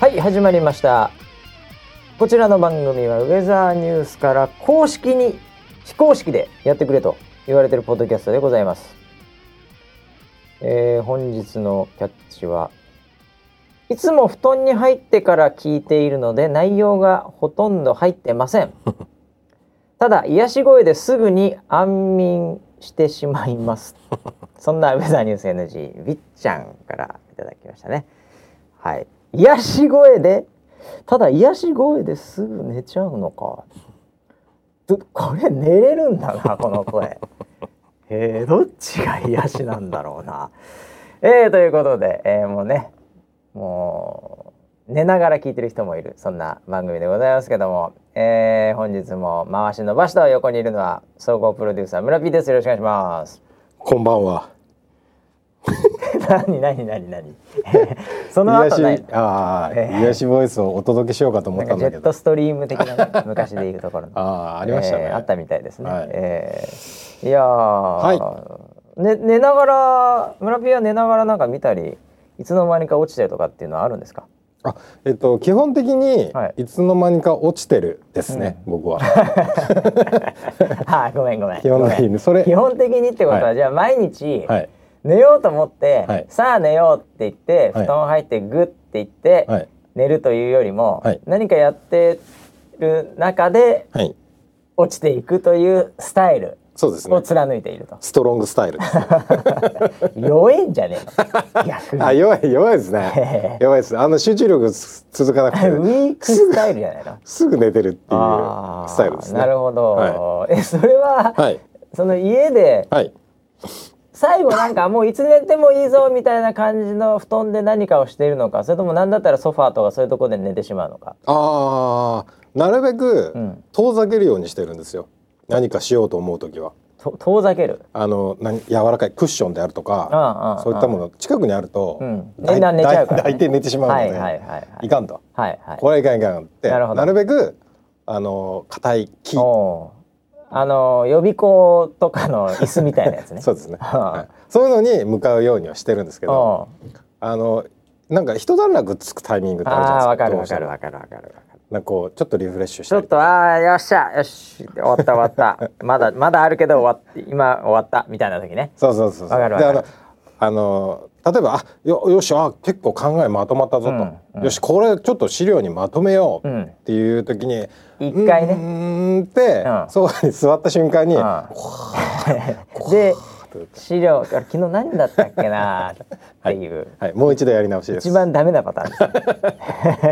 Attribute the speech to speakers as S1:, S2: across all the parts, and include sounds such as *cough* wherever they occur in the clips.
S1: はい始まりましたこちらの番組はウェザーニュースから公式に非公式でやってくれと言われてるポッドキャストでございます、えー本日のキャッチはいつも布団に入ってから聞いているので内容がほとんど入ってません *laughs* ただ癒し声ですぐに安眠してしまいますそんなウェザーニュース NG びっちゃんからいただきましたね。はい。癒し声で、ただ癒し声ですぐ寝ちゃうのか。どこれ寝れるんだな、この声。えー、どっちが癒しなんだろうな。えー、ということで、えーもうね、もう、寝ながら聞いてる人もいる、そんな番組でございますけども、えー本日も回し伸ばした横にいるのは、総合プロデューサー村 P です。よろしくお願いします。 *laughs*
S2: こんばんは。
S1: 何何何何 *laughs* その後
S2: 癒
S1: ね
S2: し、ああ、
S1: ええ
S2: 癒しボイスをお届けしようかと思
S1: な
S2: っ
S1: ん
S2: た
S1: か
S2: ん
S1: ジェ
S2: だ
S1: ッ
S2: け
S1: ト
S2: ど。
S1: ストリーム的な
S2: *laughs*
S1: ね、昔でいうところの
S2: ああ、ありましたね。
S1: えーあったみたいですね、
S2: はい
S1: えーいやー、ね、寝ながら村ピは寝ながらなんか見たりいつの間にか落ちてるとかっていうのはあるんですか *laughs*
S2: あえっと、基本的に
S1: はい、
S2: いつの間にか落ちてるですね、
S1: *laughs*
S2: 僕は。
S1: はいごめんごめん
S2: 基本的
S1: ごめん
S2: に、それ。
S1: 基本的にってことは、
S2: はい
S1: じゃあ毎日、
S2: はい。
S1: 寝ようと思って、
S2: はい
S1: さあ寝ようって言って
S2: はい
S1: 布団入ってグッて言って、
S2: はい。
S1: 寝るというよりも、
S2: はい
S1: 何かやってる中で
S2: はい。
S1: 落ちていくというスタイル
S2: そうです
S1: を
S2: ね。
S1: 貫いていると。
S2: ストロングスタ
S1: *laughs*
S2: イルです。
S1: 弱いんじゃ
S2: *laughs*
S1: ねえの逆に。
S2: あ、弱い、弱いです
S1: え
S2: ね。弱いです。あの集中力す続かなく
S1: あれウ
S2: て、
S1: ィークスタイルじゃないの
S2: すぐ寝てるっていう
S1: あー
S2: スタイルですね。
S1: なるほど。
S2: は
S1: えそれは、
S2: い。はい。
S1: その家で
S2: はい。
S1: 最後なんかもういつ寝てもいいぞみたいな感じの布団で何かをしているのかそれとも何だったらソファーとかそういうところで寝てしまうのか。
S2: ああ、なるべく
S1: うん
S2: 遠ざけるようにしてるんですよ。何かしようと思うときは。
S1: と遠ざける。
S2: あの何柔らかいクッションであるとか、
S1: ああ
S2: そういったもの近くにあると、
S1: うん
S2: だい
S1: みんな寝ちゃうからね
S2: だい大抵寝てしまうので、
S1: はいは
S2: い
S1: いはいはい
S2: かんと、
S1: はいはい。
S2: これはいかんいかんって
S1: なるほど
S2: なるべくあの硬い木、
S1: おおー。あの予備校とかの椅子みたいなやつね。
S2: *laughs* そう
S1: う *laughs*
S2: ですね、
S1: はあ
S2: はい、そういうのに向かうようにはしてるんですけど、あのなんか一段落つくタイミングってあるじゃ
S1: ああー
S2: な
S1: わ
S2: いで
S1: か
S2: すか。
S1: る
S2: どう
S1: わ
S2: して
S1: か
S2: も
S1: るわかるわかるわかる。
S2: なんかこうちょっとリフレッシュし
S1: ちょ
S2: た
S1: っ
S2: り、
S1: とああよっしゃよし終わった終わった *laughs* まだまだあるけど終わって今終わったみたいな時ね。
S2: そうそうそうそう。
S1: わかるわかる
S2: であのあの例えばあよよしあ結構考えまとまったぞと、
S1: うんうん
S2: よしこれちょっと資料にまとめよう
S1: うん
S2: っていう時に、
S1: 一回ね
S2: うーんって、
S1: うん
S2: ソファに座った瞬間に、
S1: うん
S2: あ
S1: で資料あれ昨日何だったっけなっていう、
S2: *laughs* はい、もう一度やり直しです。
S1: 一番ダメなパターン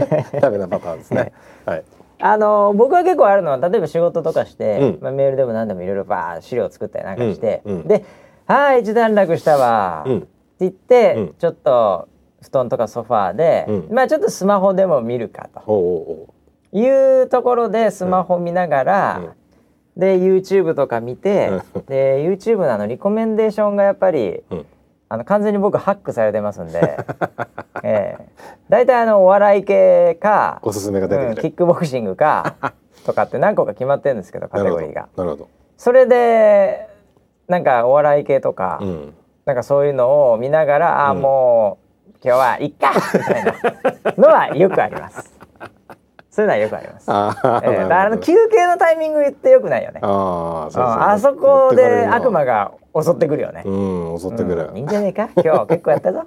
S1: ですね。
S2: ダメなパターンですね。はい、
S1: あの僕は結構あるのは例えば仕事とかして、
S2: うん
S1: まあ、メールでも何でもいろいろバー資料作ったりなんかして、
S2: うんうん
S1: で「はい一段落したわ」
S2: うん
S1: って言って、
S2: うん
S1: ちょっと布団とかソファーで、
S2: うん
S1: まあちょっとスマホでも見るかと
S2: おうお
S1: いうところでスマホ見ながら、で YouTube とか見て、で YouTube のあのリコメンデーションがやっぱり、
S2: うん
S1: あの完全に僕ハックされてますん
S2: *laughs*
S1: で、ええ、大体あのお笑い系か
S2: おお、おすすめが出て
S1: うん
S2: く
S1: キ
S2: る。
S1: ックボクシング
S2: *laughs*
S1: かとかって何個か決まってるんですけどカ
S2: な
S1: テ
S2: るほ
S1: ゴ
S2: ど。
S1: リー
S2: な
S1: が
S2: る。ほど。
S1: それでなんかお笑い系とか、
S2: うん。
S1: なんかそういうのを見ながら、あーもう今日はいっかみたいなのはよくあります。
S2: *laughs*
S1: そういうのはよくあります。
S2: ああ、
S1: *laughs* ええだから
S2: な
S1: あ
S2: る
S1: の
S2: ほど
S1: 休憩のタイミング言ってよくないよね。
S2: ああ、そうそう
S1: ああそこで悪魔
S2: が。
S1: が襲ってくるよね。
S2: うん、襲ってくる
S1: うんい。いんじゃねえ
S2: *laughs*
S1: か今日結構やったぞ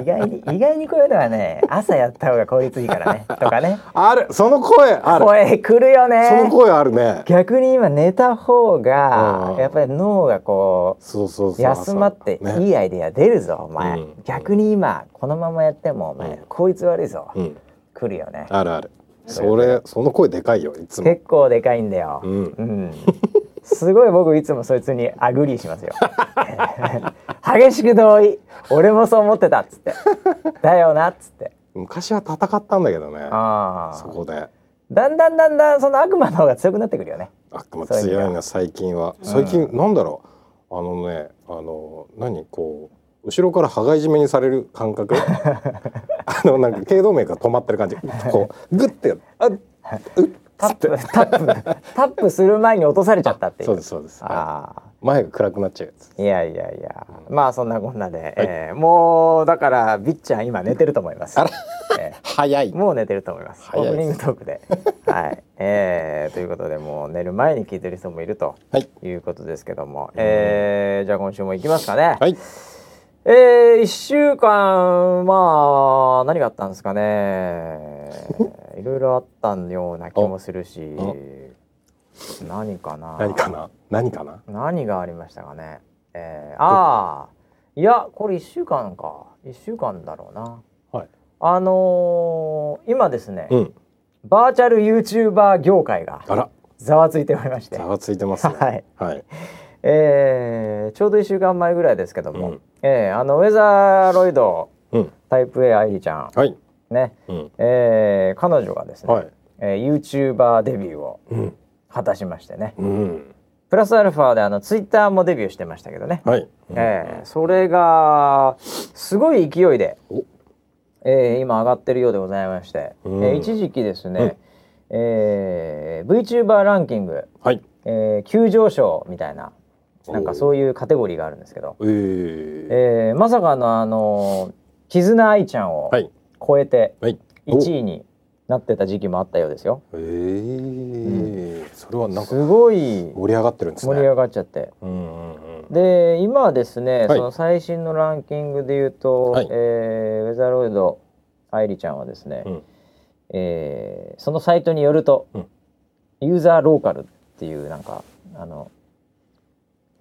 S1: 意外に意外にこういうのはね朝やった方が効率いいから
S2: *laughs*
S1: ねとかね
S2: ある、その声ある。
S1: 声くるよね
S2: その声あるね。
S1: 逆に今寝た方
S2: う
S1: が
S2: ん
S1: やっぱり脳がこ
S2: そうそう
S1: う
S2: そう。
S1: 休まって
S2: ね
S1: いいアイデア出るぞお前
S2: うん
S1: 逆に今このままやってもお前
S2: うん
S1: 効率悪いぞ
S2: うん、
S1: くるよね
S2: あるある。それ、その声でかいよ、いつも。
S1: 結構でかいんだよ
S2: うん
S1: う。んすごい僕いつもそいつにアグリーし
S2: *laughs*
S1: ますよ激しく同意俺もそう思ってたっつってだよなっつって
S2: 昔は戦ったんだけどね。
S1: あ
S2: そ
S1: あ
S2: こで。
S1: だんだんだんだんその悪魔の方が強くなってくるよね
S2: 悪魔
S1: そういう意
S2: 強
S1: 味
S2: い
S1: で
S2: な最近は
S1: ん
S2: 最近なんだろうあのねあの何こう後ろから羽交い締めにされる感
S1: *laughs*
S2: 覚あのなんか頸動脈が止まってる感じこうグッてあうっ *laughs*
S1: タップタップタップする前に落とされちゃったっていう
S2: そうですそうです
S1: ああ
S2: 前が暗くなっちゃうやつ
S1: いやいやいや、まあそんなこんなで、えーもうだからビッちゃん今寝てると思います
S2: あら。
S1: え
S2: 早い
S1: ーもう寝てると思います。オ
S2: 早い
S1: ー
S2: です
S1: プニングトークで、
S2: *laughs*
S1: はい、えーということでもう寝る前に聞いてる人もいると
S2: はい
S1: いうことですけども、えーじゃあ今週も行きますかね。
S2: はい
S1: えー、1週間まあ何があったんですか
S2: *laughs*
S1: ねいろいろあったような気もするし
S2: お
S1: 何かな
S2: 何かな何かな
S1: 何がありましたかねえー、ああいやこれ1週間か1週間だろうな
S2: はい
S1: あのー今ですね、
S2: うん
S1: バーチャル YouTuber 業界が
S2: あら
S1: ざわついておりまして
S2: ざわついてますね
S1: はい
S2: はい
S1: えーちょうど1週間前ぐらいですけども、
S2: うん
S1: えーあのウェザーロイド
S2: うん
S1: タイプ A 愛理ちゃん
S2: はい
S1: ね、
S2: うん
S1: えー彼女がですね、
S2: はい
S1: えー、YouTuber デビューを
S2: うん
S1: 果たしましてね
S2: うん
S1: プラスアルファであのツイッターもデビューしてましたけどね、
S2: はい
S1: えーそれがすごい勢いで
S2: お、
S1: えー今上がってるようでございまして、
S2: うん
S1: えー一時期ですね、えー VTuber ランキング、
S2: はい
S1: えー急上昇みたいななんかそ
S2: いう
S1: いうカテゴリーがあるんですけど、
S2: うええ
S1: えーまさかのあの絆愛ちゃんを
S2: はい
S1: 超えて
S2: はい
S1: 1位になってた時期もあったようですよ。
S2: おええそれはなんか
S1: すごい
S2: 盛り上がってるんですね
S1: 盛り上がっちゃって。
S2: うんうんうん
S1: で今はですね、
S2: い
S1: その最新のランキングで言うと、
S2: はい
S1: えーウェザーロイド愛理ちゃんはですね、
S2: うん
S1: えーそのサイトによると、
S2: うん
S1: ユーザーローカルっていうなんかあの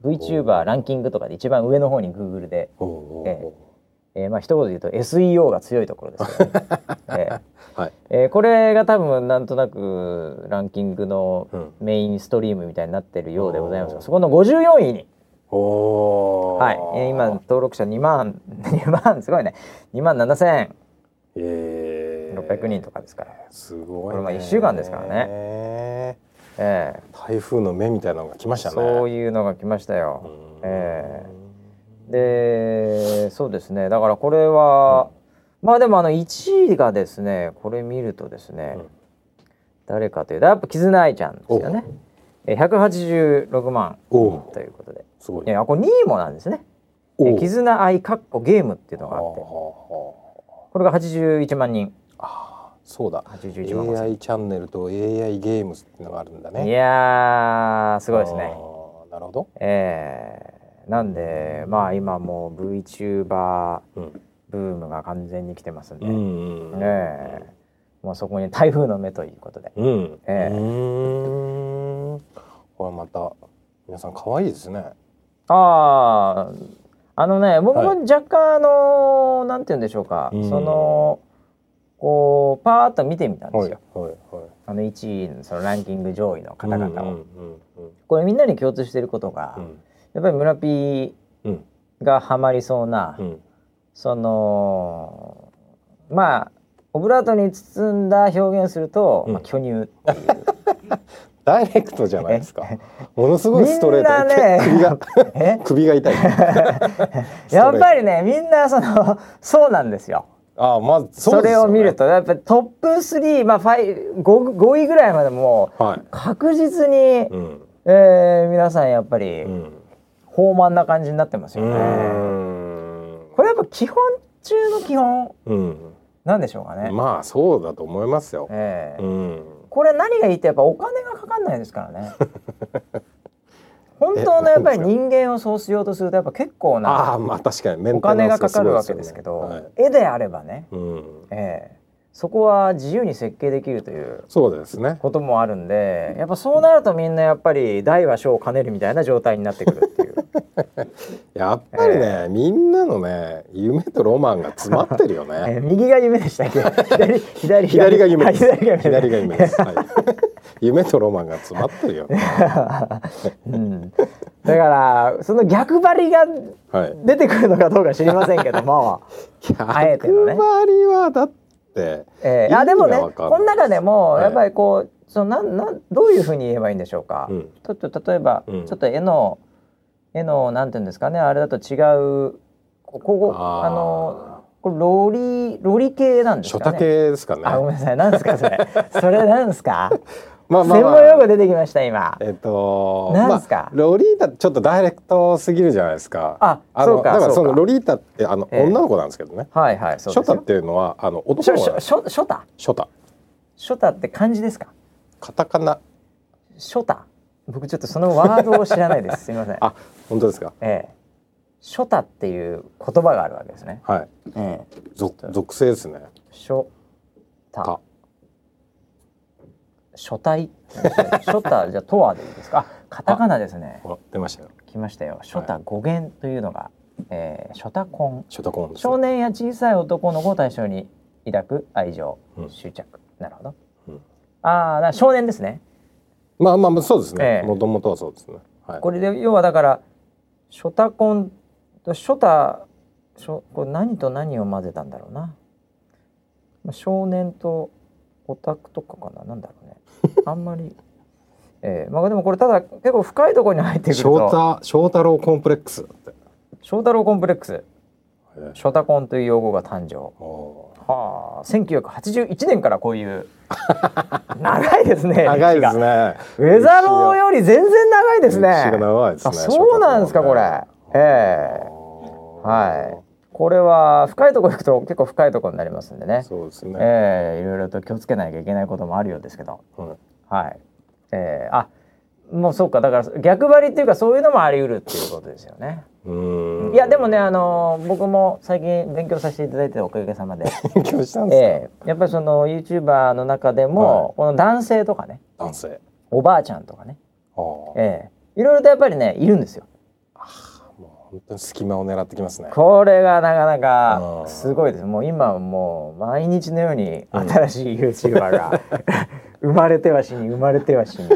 S1: VTuber ランキングとかで一番上の方に Google で、
S2: おうおうお
S1: えーまあ一言で言うと SEO が強いところですけど
S2: *laughs*
S1: ね、えー
S2: うはい
S1: えーこれが多分なんとなくランキングの
S2: うん
S1: メインストリームみたいになってるようでございます
S2: お
S1: が
S2: ー
S1: そこの54位に
S2: お
S1: はい、えー今登録者2万2万すごいね2万7600
S2: ええ
S1: 人とかですから、
S2: すごい、
S1: こ
S2: ね、
S1: れまあ一週間ですから
S2: ね
S1: ええ
S2: 台風の目みたいなのが来ましたね
S1: そう
S2: い
S1: いうのが来ましたよ、
S2: ん
S1: えでそうですねだからこれは、まあでもあの1位がですねこれ見るとですね、
S2: うん
S1: 誰かというとやっぱ絆愛ちゃんですよねえー186万
S2: おう
S1: ということで、
S2: すごい
S1: えーあこれ2位もなんですね「えー絆愛かっこゲーム」っていうのがあって
S2: あ
S1: これが81万人
S2: あそうだ
S1: 81万人
S2: AI チャンネルと AI ゲームスってのがあるんだね
S1: いやーすごいですね
S2: あ。ーなるほど、
S1: えーなんでまあ今もう VTuber
S2: うん
S1: ブームが完全に来てますんで、
S2: う
S1: ね
S2: んうん
S1: えもうそこに台風の目ということで
S2: うん、
S1: ええ
S2: うーんこれまた皆さん可愛いですね
S1: あああのね僕も
S2: はい
S1: 若干あのーなんて言うんでしょうか、
S2: うん
S1: そのこうパーッと見てみたんですよ、
S2: はいはい
S1: あの1位のそのランキング上位の方々を、
S2: うんうんうん
S1: これみんなに共通していることが、
S2: うん
S1: やっぱり村ピー
S2: うん
S1: がハマりそうな、
S2: うん
S1: そのまあオブラートに包んだ表現すると、
S2: うん
S1: まあ、巨乳っていう
S2: ダイレクトじゃな
S1: *laughs*
S2: いですか。ものすごいストレート。
S1: みんなね
S2: 首が
S1: *laughs* え
S2: 首が痛い。
S1: やっぱ
S2: り。
S1: りねみんなその *laughs* そうなんですよ
S2: ああまあそうです
S1: そ
S2: よね
S1: れを見る。とやっぱりトップ3、まあ、5, 5位ぐらいまでも
S2: はい。
S1: 確実に、
S2: うん
S1: えー皆さんやっぱり
S2: うん。
S1: 豊満な感じになってます
S2: う
S1: よね、
S2: ーん
S1: これやっぱ基本中の基本
S2: うん。
S1: なんでしょうかね、
S2: まあそうだと思いますよ。
S1: えー
S2: うん。
S1: これ何がいいってやっぱお金がかかんないですから
S2: *laughs*
S1: ね本当のやっぱり人間をそうしようとするとやっぱ結構
S2: あ
S1: な
S2: あまあ確かにメ
S1: お
S2: ンテナ
S1: 金
S2: ン
S1: が
S2: ス
S1: かか
S2: すご
S1: る
S2: い
S1: わ
S2: よ
S1: け
S2: ね
S1: ですけど
S2: はい
S1: 絵であればね、
S2: うん。
S1: ええそこは自由に設計できるという
S2: そうですね。
S1: こともあるんでやっぱそうなるとみんなやっぱり大は小を兼ねるみたいな状態になってくるって
S2: *laughs*
S1: いう
S2: やっぱりねみんなのね夢とロマンが詰まってるよ
S1: *laughs* え
S2: ね。
S1: え右が夢でしたっけ左左
S2: 左が夢です。
S1: あ左が夢
S2: 左が夢で
S1: *laughs*
S2: す。はい。夢とロマンが詰まってるよね。
S1: うん、だからその逆張りが
S2: はい。
S1: 出てくるのかどうか知りませんけど
S2: *laughs*
S1: も。あえてのね
S2: 逆張りはだって、
S1: えー、あでもね
S2: 意味がわかん
S1: この
S2: ない
S1: 中でも
S2: はい
S1: やっぱりこう、そのなんなんどういうふうに言えばいいんでしょうか、
S2: うん
S1: ちょっと例えば、
S2: うん
S1: ちょっと絵の絵のなんていうんですかねあれだと違うこここ
S2: あ
S1: あ
S2: ー
S1: のこれロリロリ系なんです
S2: 初
S1: か
S2: 太
S1: ね
S2: 系ですかね。 *laughs*
S1: あごめんなさいなんですかそれそれなんですか
S2: まあまあ
S1: 専
S2: ま
S1: 門用
S2: あ
S1: 語出てきました今
S2: えっと
S1: なんすか
S2: まあ、ロリータちょっとダイレクトすぎるじゃないですか
S1: あ
S2: の
S1: そうか
S2: だから
S1: そ
S2: そう
S1: か
S2: のロリータってあの、
S1: ええ
S2: 女の子なんですけどね
S1: はいはいそう
S2: ショ
S1: です
S2: タっ
S1: よ
S2: ていうのはあの
S1: シ
S2: 男
S1: ョ
S2: の子
S1: シ
S2: なん
S1: ョ
S2: です
S1: ショショタ
S2: ショタ
S1: ショタって漢字ですか
S2: カタカナ
S1: ショタ僕ちょっとそのワードを知らないですすみません
S2: あ本当ですか
S1: ええショタっていう言葉があるわけですね
S2: はい
S1: ええ
S2: 属属性ですね
S1: ショタ
S2: た
S1: 書体ショタじゃあとはでいいですかあカタカナですね
S2: ほら出ましたよ
S1: 来ましたよショタ語源というのが、ええショタ婚
S2: ショタコンですね
S1: 少年や小さい男の子を対象に抱く愛情、
S2: うん
S1: 執着なるほど、
S2: うん
S1: ああだから少年ですね
S2: まあまあまあそうですね
S1: ええ
S2: もともとはそうですねはい
S1: これで要はだからショタコンとショタショこれ何と何を混ぜたんだろうなまあ少年とオタクとかかななんだろ
S2: *laughs*
S1: うねあんまりええまあでもこれただ結構深いところに入ってくる
S2: ショ
S1: と
S2: タショタローコンプレックスだって、
S1: ショータローコンプレックス
S2: ええ
S1: ショタコンという用語が誕生
S2: おー
S1: はあ1981年からこういう
S2: *laughs*
S1: 長いですね
S2: 長いです
S1: ね
S2: ね
S1: ウェザローより全然長いですね
S2: 歴史が長いですね
S1: あそうなんですかこれええはいこれは深いところ行くと結構深いところになりますんでね、
S2: そうですね、
S1: えーいろいろと気をつけなきゃいけないこともあるようですけど
S2: はい
S1: はいえー、あもうそうかだから逆張りっていうかそういうのもあり得るっていうことですよね
S2: うーん
S1: いやでもねあのー僕も最近勉強させていただいておかげさまで、
S2: 勉強したんですか、
S1: えーやっぱりその YouTuber の中でも、
S2: は
S1: この男性とかね
S2: 男性
S1: おばあちゃんとかね、
S2: ああもう
S1: えーいろいろとやっぱりねいるんですよ
S2: 本当に隙間を狙ってきますね *laughs*
S1: これがなかな
S2: う
S1: か
S2: ん
S1: すごいです。もう今はもう毎日のように新しいユーチューバーが *laughs* 生まれては死に生まれては死に。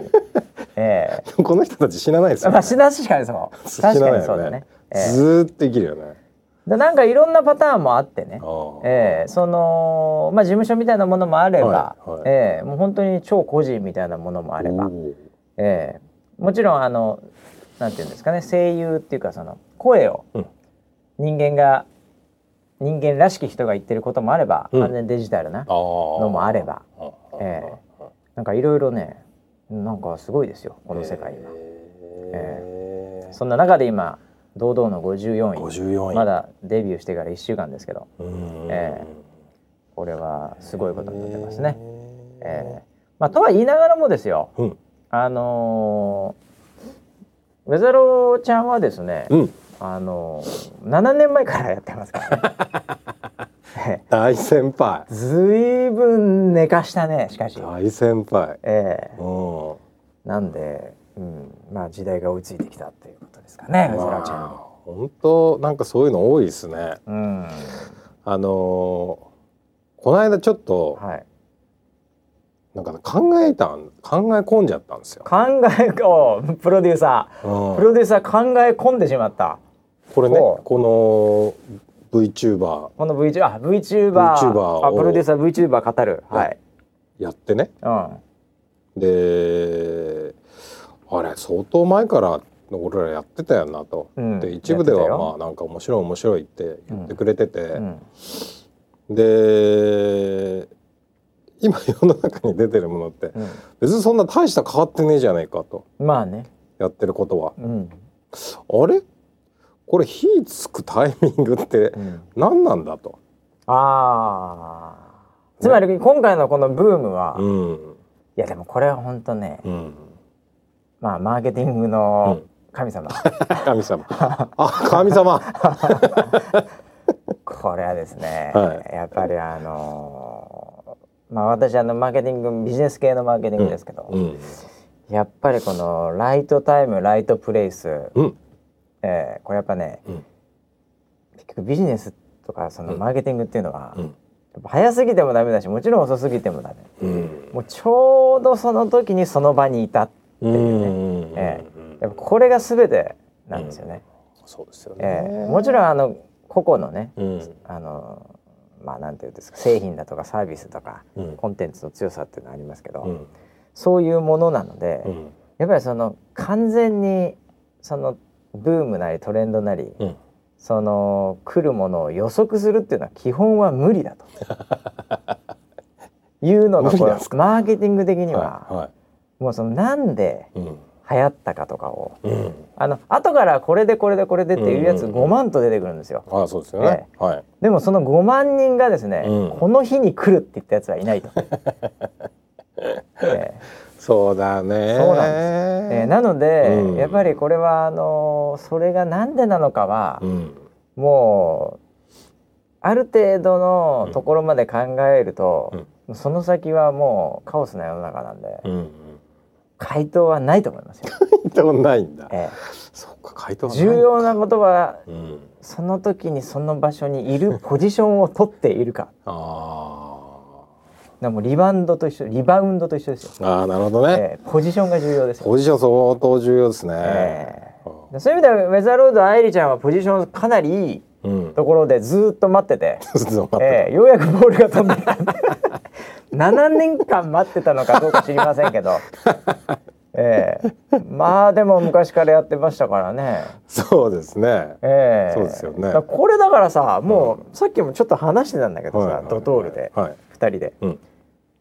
S1: ええ
S2: この人たち死なないですよ、
S1: まあ死なすしかないですもん。確
S2: 死
S1: か
S2: な
S1: に
S2: ないよ
S1: そうだね。ええ
S2: ずーっと生きるよね
S1: でなんかいろんなパターンもあってね
S2: あ。あ
S1: ええそのまあ事務所みたいなものもあれば、
S2: はいはい
S1: ええもう本当に超個人みたいなものもあれば、
S2: おー
S1: ええもちろんあのなんていうんですかね声優っていうかその声を
S2: うん
S1: 人間が人間らしき人が言ってることもあれば、
S2: うん
S1: 完全にデジタルな
S2: あ
S1: の
S2: の
S1: もあればえ
S2: え
S1: なんかいろいろねなんかすごいですよこの世界は、
S2: え
S1: そんな中で今堂々の54位
S2: 五十四位
S1: まだデビューしてから1週間ですけど
S2: うーん
S1: ええこれはすごいことになってますね、え
S2: え
S1: えまあ、とは言いながらもですよ
S2: えうん
S1: あのーウェザローちゃんはですね、
S2: うん
S1: あのー、7年前からやってますからね *laughs* ええ
S2: 大先輩
S1: ずいぶん寝かしたねしかし、
S2: 大先輩
S1: ええ
S2: うん
S1: なんで、うん、まあ時代が追いついてきたっていうことですかね、ウェザ
S2: ま
S1: ラ
S2: あ
S1: ちゃんも。
S2: 本当なんかそういうの多いですね
S1: うん、は
S2: あのーこの間ちょっと
S1: い。
S2: なんかね考えたん考え込んじゃったんですよ、
S1: 考え *laughs* をプロデューサ
S2: う
S1: ー、
S2: ん
S1: プロデューサー考え込んでしまった。
S2: これね
S1: ほう
S2: この VTuber
S1: この VTuber、あ VTuber、
S2: VTuber を
S1: あプロデューサー VTuber 語る。はい。
S2: やってね
S1: うん。
S2: であれ相当前から俺らやってたよなと、
S1: うん
S2: で一部で
S1: やってた
S2: は
S1: よ
S2: まあなんか面白い面白いって言ってくれてて、
S1: うん。
S2: で今 *laughs* 世の中に出てるものって別にそんな大した変わってねえじゃねえかと
S1: うん。まあね。
S2: やってることは
S1: うん。
S2: あれこれ火つくタイミングって
S1: うん、
S2: 何なんだと。
S1: ああ。つまり今回のこのブームは、
S2: う
S1: い
S2: ん
S1: やでもこれは本当ね、
S2: うん、
S1: まあマーケティングの神
S2: *laughs*
S1: 様。
S2: 神様あ神様
S1: これはですね、
S2: は
S1: やっぱりあのーまあ私あのマーケティングビジネス系のマーケティングですけど、
S2: うん、
S1: やっぱりこのライトタイムライトプレイス、
S2: うん
S1: えーこれやっぱね、
S2: うん
S1: 結局ビジネスとかその
S2: うん
S1: マーケティングっていうのは、
S2: うん
S1: やっぱ早すぎてもダメだしもちろん遅すぎてもダメ
S2: うん
S1: もうちょうどその時にその場にいた
S2: うんうん
S1: えやっぱこれが全てなんですよね、
S2: そうですよ
S1: え
S2: ね。
S1: ーもちろんあの個々のね
S2: うん
S1: あのまあなんていうんですか製品だとかサービスとか
S2: うん
S1: コンテンツの強さっていうのはありますけど、
S2: うん
S1: そういうものなので、
S2: うん
S1: やっぱりその完全にそのブームなりトレンドなり、
S2: うん
S1: その来るものを予測するっていうのは基本は無理だ
S2: *laughs*
S1: というのが
S2: 無理
S1: これ
S2: なんです
S1: マーケティング的には、
S2: は
S1: もうそのなんで
S2: うん
S1: 流行ったかとかを
S2: うん
S1: あの後からこれでこれでこれでっていうやつ
S2: うんうんうん
S1: 5万と出てくるんですよ。
S2: ああそうですよね、はい
S1: でもその5万人がですね、
S2: うん
S1: この日に来るって言ったやつはいない
S2: *laughs*
S1: と。え
S2: そうだね
S1: そうなんえええなので、
S2: うん
S1: やっぱりこれはあのそれがなんでなのかは、
S2: うん
S1: もうある程度のところまで考えると、その先はもうカオスな世の中なんで、
S2: うんうん
S1: 回答はないと思いますよ。
S2: 回答ないんだ
S1: え
S2: *laughs* そっか回答
S1: え
S2: はない
S1: 重要なことは
S2: うん
S1: その時にその場所にいるポジションを取っているか。
S2: あ
S1: でもうリバウンドと一緒リバウンドと一緒ですよ、
S2: ーあーなるほどね、
S1: ええポジションが重要ですよ、
S2: ポジション相当重要ですね、
S1: え
S2: あ
S1: えそういう意味ではウェザーロード愛梨ちゃんはポジションかなりいい
S2: ーうん
S1: ところでずーっと待ってて、
S2: ちょっと待って
S1: ええようやくボールが飛ん *laughs* だ7年間待ってたのかどうか知りませんけ
S2: *laughs*
S1: どええまあでも昔からやってましたからね
S2: そうですね
S1: ええ
S2: そうですよね
S1: だからこれだからさもうさっきもちょっと話してたんだけどさ、ドトールで
S2: はい
S1: 2人で
S2: うん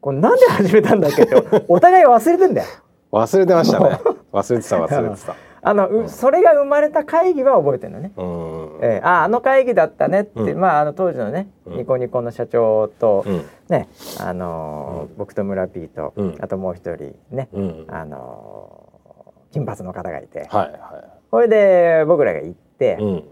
S1: これなんで始めたんだっけってお互い忘れてんだよ
S2: 忘れてましたね *laughs* 忘れてた忘れて *laughs* た
S1: あの、うそれが生まれた会議は覚えてるのね。
S2: うん
S1: えーああの会議だったねって、
S2: うん
S1: まああの当時のね、
S2: うん
S1: ニコニコの社長と、
S2: うん
S1: ねあのー僕と村 P と、
S2: うん
S1: あともう一人ね、
S2: うんはい
S1: あのー金髪の方がいて、
S2: は
S1: それで僕らが行って、
S2: いうん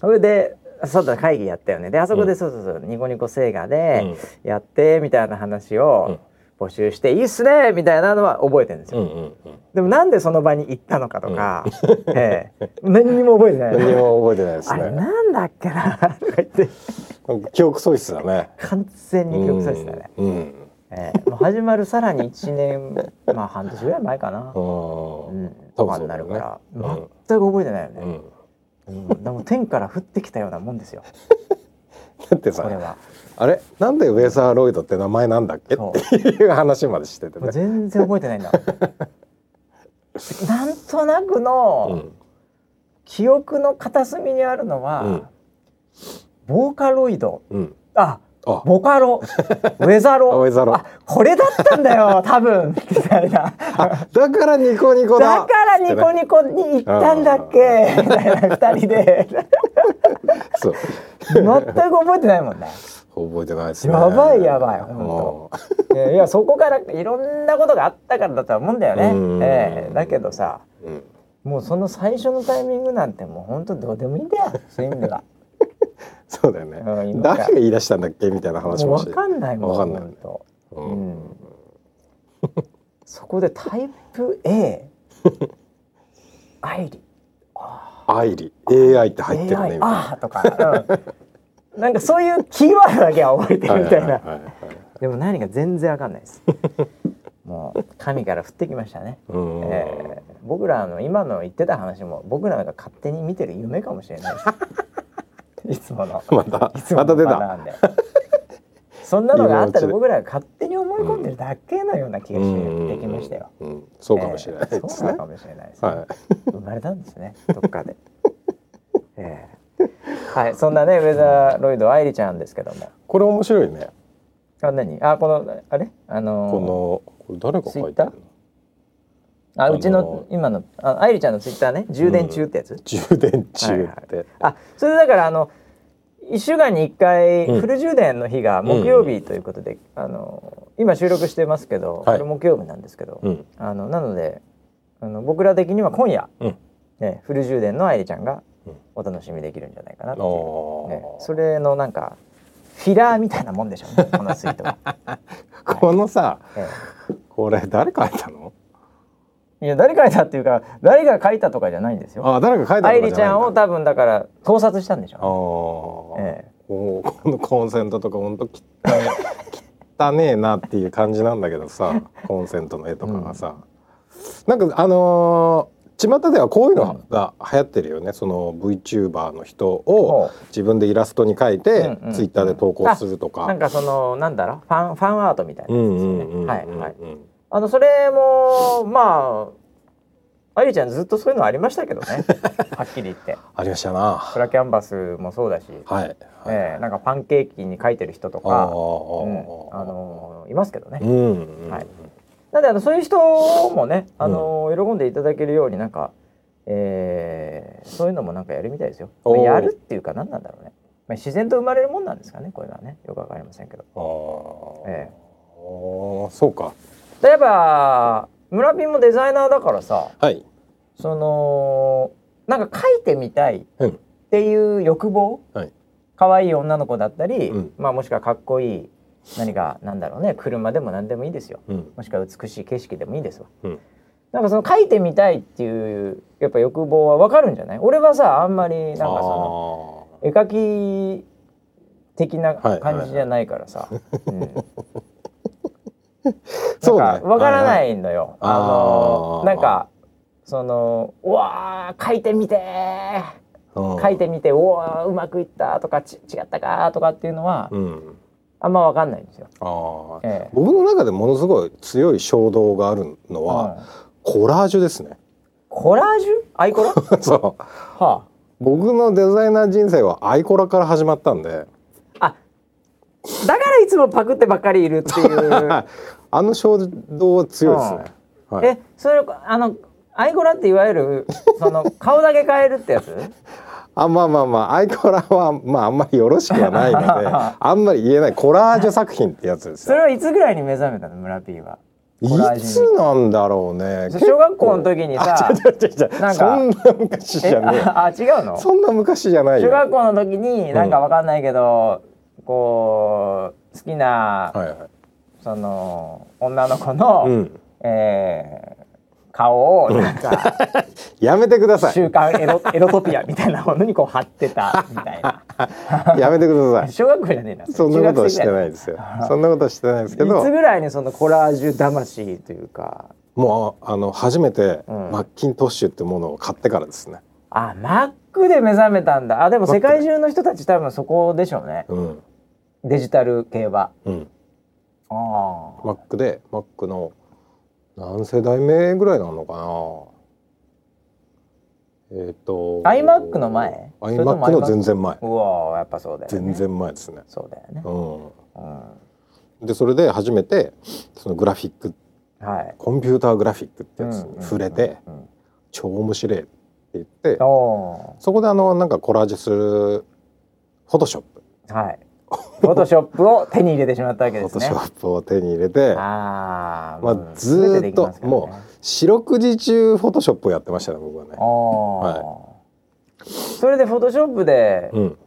S1: それでそうだ会議やったよねであそこで、
S2: うん
S1: そうそうそうニコニコ聖画
S2: う
S1: で
S2: ん
S1: やってみたいな話を募集して、いいっすねみたいなのは覚えてるんですよ
S2: うんうんうん
S1: でもなんでその場に行ったのかとか、ええ、何にも覚えてない
S2: 何にも覚えてないです
S1: あれ
S2: ね
S1: なんだっけなとか言って
S2: 記憶喪失だね
S1: 完全に記憶されてたね、
S2: うん
S1: ええ、もう始まるさらに1年まあ半年ぐらい前かな、う
S2: う
S1: ん
S2: うん
S1: ん
S2: 多
S1: と
S2: 分
S1: か
S2: そう
S1: にな
S2: だよ
S1: る
S2: ね
S1: から、
S2: うん
S1: 全く覚えてないよ
S2: う
S1: ね、
S2: ん
S1: うんでも天から降ってきたようなもんですよ
S2: だって
S1: これ
S2: さ
S1: は
S2: あれなんでウェザーロイドって名前なんだっけ
S1: そう
S2: っていう話までしてて
S1: もう
S2: ね
S1: 全然覚えてないんだなんとなく
S2: う
S1: の
S2: ん
S1: 記憶の片隅にあるのは、
S2: うん
S1: ボーカロイド
S2: うん
S1: あ
S2: あ
S1: ボカロ、ウェザロ、
S2: ウェザロ
S1: あこれだったんだ
S2: *laughs*
S1: よ、多分みたいな。
S2: あだからニコニコ
S1: だ
S2: だ
S1: からニコニコに行ったんだっけみたいな二人で
S2: そう
S1: 全く覚えてないもんね。
S2: 覚えてないですね
S1: やばいやばいほいやいやそこからいろんなことがあったからだとは思うんだよ
S2: うん
S1: ね。ええだけどさ、
S2: うんうん
S1: もうその最初のタイミングなんてもう本当どうでもいいんだよ。そういう意味で
S2: *laughs*
S1: は。
S2: そうだよ
S1: うん
S2: ね
S1: 今
S2: 誰が言い出したんだっけみたいな話
S1: もう
S2: もし
S1: わ
S2: て
S1: かんないもん。
S2: わかんないよね
S1: 本当
S2: う
S1: うんんそこでタイプ A ア
S2: *laughs*
S1: イリ
S2: アイリ AI って入ってる
S1: AI
S2: ね
S1: あーとか、うんなんかそういうキーワードだけは覚えてるみたいな
S2: はいはいはいはい
S1: でも何か全然わかんないですもう神から降ってきましたね、
S2: うん
S1: えー僕らの今の言ってた話も僕らが勝手に見てる夢かもしれない
S2: *laughs*
S1: ですいつもの
S2: また
S1: いつも
S2: また
S1: の
S2: 出
S1: パター
S2: た
S1: ンでそんなのがあったら
S2: 夢のうちで
S1: 僕らが勝手に思い込んでるだけのような気がしてきましたよ、
S2: うんうんうんそうかもしれない
S1: ええ
S2: で
S1: そう
S2: す
S1: な
S2: ね
S1: のかもしれないですね。
S2: は
S1: 生まれたんですね。どっかで。ええはい、そんなね、ウェザーロイド愛理ちゃんですけども。
S2: いこれ面白いね
S1: あ、何、あ、この、あれ、あのー
S2: このこれ誰が書いてるの
S1: あ、うちの、
S2: あの
S1: 今の、あ、愛理ちゃんのツイッターね、充電中ってやつ。
S2: 充電中っ
S1: は
S2: て
S1: あ、それでだから、あの。一週間に一回、
S2: うん
S1: フル充電の日が木曜日ということで、あのー今収録してますけど、
S2: はい
S1: これ木曜日なんですけど。
S2: うん
S1: あの、なので、あの、僕ら的には今夜。
S2: うん
S1: ね、フル充電の愛理ちゃんが
S2: うん
S1: お楽しみできるんじゃないかなっていう、ね
S2: お
S1: それのなんかフィラーみたいなもんでしょ
S2: *laughs*
S1: うねこのツイートは、
S2: このさ
S1: え
S2: これ誰書いたの
S1: えいや誰書いたっていうか誰が書いたとかじゃないんですよ
S2: あ誰が書いたのか
S1: 愛
S2: じゃない
S1: 理ちゃんを多分だから盗撮したんでし
S2: あ
S1: ょ
S2: ー
S1: え
S2: おーこのコンセントとかほんときったね汚ねえなっていう感じなんだけどさコンセントの絵とかがさ、なんかあのー巷ではこういうのが流行ってるよね、その VTuber の人を
S1: ほ
S2: 自分でイラストに描い
S1: う
S2: て、
S1: んうん
S2: ツイッターで投稿すると
S1: うな
S2: か
S1: ん。かそのなんだろうファンファンアートみたいな
S2: う
S1: やつで
S2: んう
S1: すよ
S2: ん
S1: ね
S2: うんうん
S1: はいはいうあのそれもまあ愛理ちゃんずっとそういうのありましたけど
S2: *laughs*
S1: ねはっきり言って
S2: ありましたな
S1: プラキャンバスもそうだし、
S2: はい、はい
S1: ええなんかパンケーキに書いてる人と
S2: あーあ
S1: か、うんあのいますけどね
S2: ー、うんうんうん
S1: はいなんであのそういう人もね、あの喜んでいただけるようになんか、えーそういうのもなんかやるみたいですよ。
S2: おー
S1: やるっていうか何なんだろうね。まあ、自然と生まれるもんなんですかねこれはねよくわかりませんけど。
S2: あー、
S1: え
S2: あーそうか
S1: でやっぱ村ピンもデザイナーだからさ
S2: はい
S1: そのなんか書いてみたい
S2: うん
S1: っていう欲望、
S2: はい
S1: 可愛い女の子だったり、
S2: うん
S1: まあ、もしくはかっこいい何かなんだろうね車でも何でもいいですよ
S2: うん
S1: もしくは美しい景色でもいいですわ、
S2: うん
S1: なんかその書いてみたいっていうやっぱ欲望はわかるんじゃない俺はさあんまりなんかその絵描き的な
S2: はい
S1: 感じじゃないからさ、うん
S2: あー *laughs* そうね
S1: なんかわから
S2: は
S1: ない
S2: はい
S1: いのよ。
S2: はいはい
S1: あの
S2: あー
S1: なんかそのうわー書いてみてー
S2: うん
S1: 書いてみてうわーうまくいったとかち違ったかとかっていうのは
S2: うん
S1: あんまわかんないんですよ。
S2: あー
S1: ええ
S2: 僕の中でものすごい強い衝動があるのは、
S1: うん
S2: コラージュですね *laughs*
S1: コラージュアイコラ、は
S2: そう
S1: あ、
S2: 僕のデザイナー人生はアイコラから始まったんで
S1: あだからいつもパクってばっかりいるっていう。
S2: あの衝動は強いですね、はい、
S1: えそれあのアイコラっていわゆるその顔だけ変えるってや
S2: *laughs*
S1: つ
S2: あまあまあまあアイコラはまああんまりよろしくはないの
S1: *laughs*
S2: であんまり言えないコラージュ作品ってやつです
S1: それ
S2: よ
S1: はいつぐらいに目覚めたの村 P は。 *laughs* コラー
S2: い
S1: ジ
S2: つ
S1: ュ
S2: なんだろうね結構
S1: 小学校の時にさ
S2: *laughs* あ違う違う違う違う
S1: なんか
S2: そんな昔じ
S1: え
S2: ゃねえ
S1: ああ違うの
S2: そんな昔じゃない
S1: 小
S2: よ
S1: 学校の時になんかわかんないけど、こう好きな、
S2: はいはい
S1: その女の子の、
S2: うん
S1: えー顔をなん
S2: *laughs*
S1: か
S2: やめてく
S1: 「
S2: ださ
S1: 週刊エロエロトピア」みたいなものにこう貼ってたみたいな
S2: いやめてください
S1: 小学校じゃねえな
S2: そんなことはして
S1: い
S2: ないですよそんなことはしてないですけ
S1: いつ
S2: ど
S1: ぐらいにそのコラージュ魂というか
S2: もうあの初めて
S1: うん
S2: マッキントッシュってものを買ってからですね
S1: あマックで目覚めたんだあでも世界中の人たち多分そこでしょうね
S2: うん
S1: デジタル系は
S2: うん
S1: ああ
S2: マックでマックの何世代目ぐらいなのかなえっ、と
S1: iMac の前それとも
S2: iMac の全然前
S1: うわーやっぱそうだよね
S2: 全然前ですね
S1: そうだよね、
S2: う
S1: うん
S2: んでそれで初めてそのグラフィック
S1: はい
S2: コンピューターグラフィックってや
S1: うん
S2: つ
S1: うんう
S2: に
S1: ん
S2: 触れて
S1: うん
S2: 超面白いって言って
S1: お
S2: そこであのなんかコラージュするフォトショップ
S1: ーはいフォトショップを手に入れてしまったわけ
S2: *laughs*
S1: で
S2: フォ
S1: す
S2: トシ
S1: ね
S2: ョップを手に入れて
S1: あー
S2: まあ
S1: うん
S2: ずーっと
S1: 全てできますからね
S2: も四六時中フォトショップをやってましたね僕はね。
S1: おーそれでフォトショップで
S2: うん、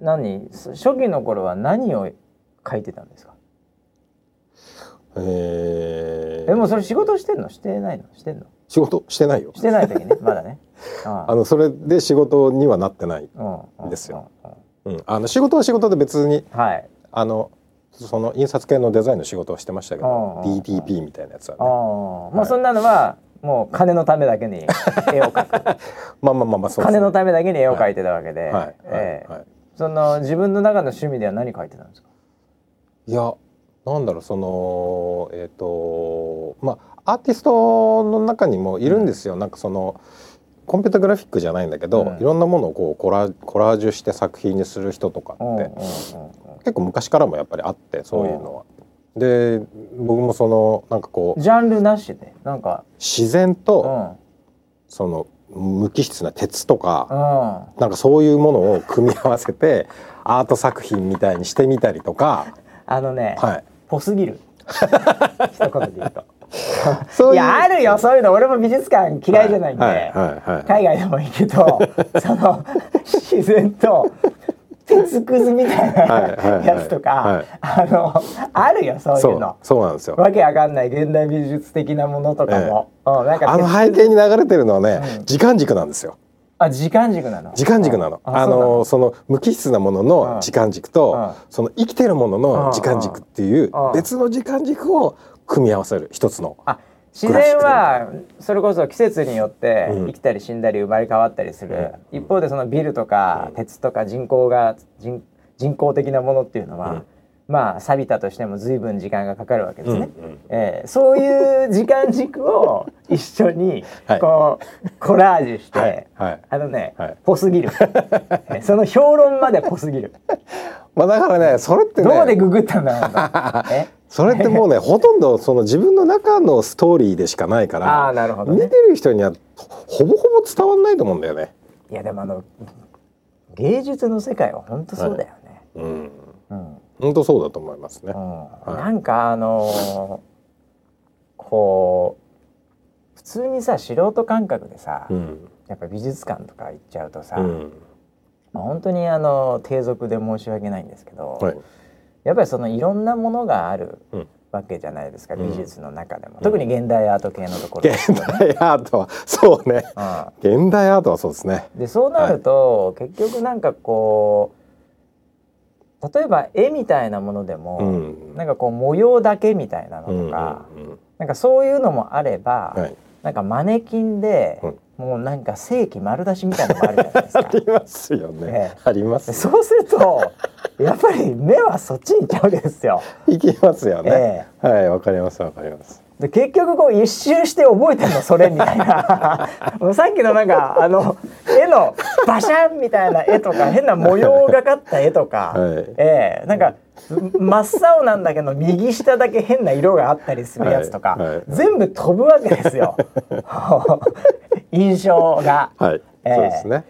S1: 何初期の頃は何を書いてたんですか
S2: えー
S1: でもそれ仕事してんのしてないのしてんの
S2: 仕事してないよ
S1: し。てない時
S2: *laughs*
S1: ねまだねあ
S2: あのそれで仕事にはなってない。ですよ、
S1: うんうんうん
S2: うん、あの仕事は仕事で別に
S1: うんはい
S2: あのその印刷系のデザインの仕事はしてましたけど
S1: あー
S2: DTP みたいなやつは
S1: あ
S2: ね
S1: ー
S2: は
S1: まあ
S2: い
S1: そんなのはもう金のためだけに絵を描く
S2: まあまあまあまあそうですね
S1: 金のためだけに絵を描いてたわけで、
S2: はい
S1: ええ
S2: はいはい
S1: その自分の中の趣味では何描いてたんですか。
S2: いやなんだろうそのえっ、とまあアーティストの中にもいるんですよ、なんかそのコンピュータグラフィックじゃないんだけど、
S1: うん
S2: いろんなものをこうコラコラージュして作品にする人とか
S1: うん
S2: って、
S1: うんうん
S2: 結構昔からもやっぱりあってそういうのは。で僕もそのなんかこ
S1: うん
S2: う
S1: ジャンルなしでなんか、
S2: 自然
S1: う
S2: と
S1: んうん、
S2: その無機質な鉄とか、なんかそういうものを組み合わ
S1: *laughs*
S2: せてアート作品みたいにしてみたりとか、
S1: あのね、
S2: はい、
S1: ぽすぎる。
S2: *laughs*
S1: 一言で言うと。
S2: そ
S1: い
S2: ういう
S1: やあるよそういうの俺も美術館嫌いじゃないんで、
S2: はいはいはい
S1: 海外でも行く
S2: *laughs*
S1: とその自然と鉄くずみたいな
S2: はいはいはい
S1: やつとか、
S2: はい
S1: あのあるよそういうの。
S2: そうそうなんですよ
S1: わけわかんない現代美術的なものとかも、うん、なんか
S2: あの
S1: 鉄
S2: 背景に流れてるのはね、
S1: うん
S2: 時間軸なんですよ
S1: あ時間軸なの
S2: 時間軸なの、あのその無機質なもの
S1: う
S2: の
S1: ん
S2: 時間軸と、
S1: う
S2: その生きてるものの時間軸っていう
S1: うんうん
S2: 別の時間軸を組み合わせる一つの、
S1: あ自然はそれこそ季節によって
S2: うん
S1: 生きたり死んだり生まれ変わったりする、一方でそのビルとか鉄とか人工が人人工的なものっていうのは、まあ錆びたとしても随分時間がかかるわけですね。
S2: うんうん
S1: えーそういう時間軸を一緒に
S2: はい
S1: こう、コラージュして、
S2: はいはい
S1: あのね、
S2: はい
S1: ぽすぎるえーその
S2: *laughs*
S1: 評論までぽすぎる
S2: まあだからねそれってね *laughs*
S1: どこでググったんだろうとえ
S2: それってもう
S1: *laughs*
S2: ねほとんどその自分の中のストーリーでしかないか
S1: ああ
S2: ら、
S1: なるほど
S2: 見
S1: ね
S2: てる人にはほぼほぼ伝わんないと思うんだよね。
S1: いやでもあの芸術の世界は本当そうだよね、
S2: うん、
S1: うん
S2: 本当そうだと思いますね。
S1: うん
S2: はい
S1: なんかあのーこう普通にさ素人感覚でさ、
S2: うん、
S1: やっぱ美術館とか行っちゃうとさ、
S2: うん、
S1: まあ、本当にあの低俗で申し訳ないんですけど、
S2: はい、
S1: やっぱりそのいろんなものがある
S2: うん
S1: わけじゃないですか、
S2: うん
S1: 美術の中でも、特に現代アート系のところ、
S2: 現代アートはそうね。現代アートはそうですね。
S1: うんでそうなると、結局なんかこう例えば絵みたいなもので
S2: う
S1: も、
S2: ん、
S1: なんかこう模様だけみたいなのとか、
S2: うんうん
S1: なんかそういうのもあれば、
S2: うんはい、
S1: なんかマネキンで、
S2: うん
S1: もうなんか正規丸出しみたいなのもあるじゃないです
S2: あ
S1: か。
S2: りますよね。
S1: え
S2: あります
S1: で
S2: よ。
S1: そうするとやっぱり目はそっちに行っちゃうわけですよ。
S2: いきますよね。
S1: え
S2: はい、わかります、わかります。
S1: え、で結局こう一周して覚えてんのそれみたい
S2: *laughs*
S1: なもうさっきのなんかあの絵のバシャンみたいな絵とか変な模様がかった絵とか、
S2: *laughs* はい
S1: ええなんか真っ青なんだけど右下だけ変な色があったりするやつとか、
S2: はいはい
S1: 全部飛ぶわけです
S2: *laughs*
S1: よ印象が。
S2: はい、
S1: ええ
S2: そうですね。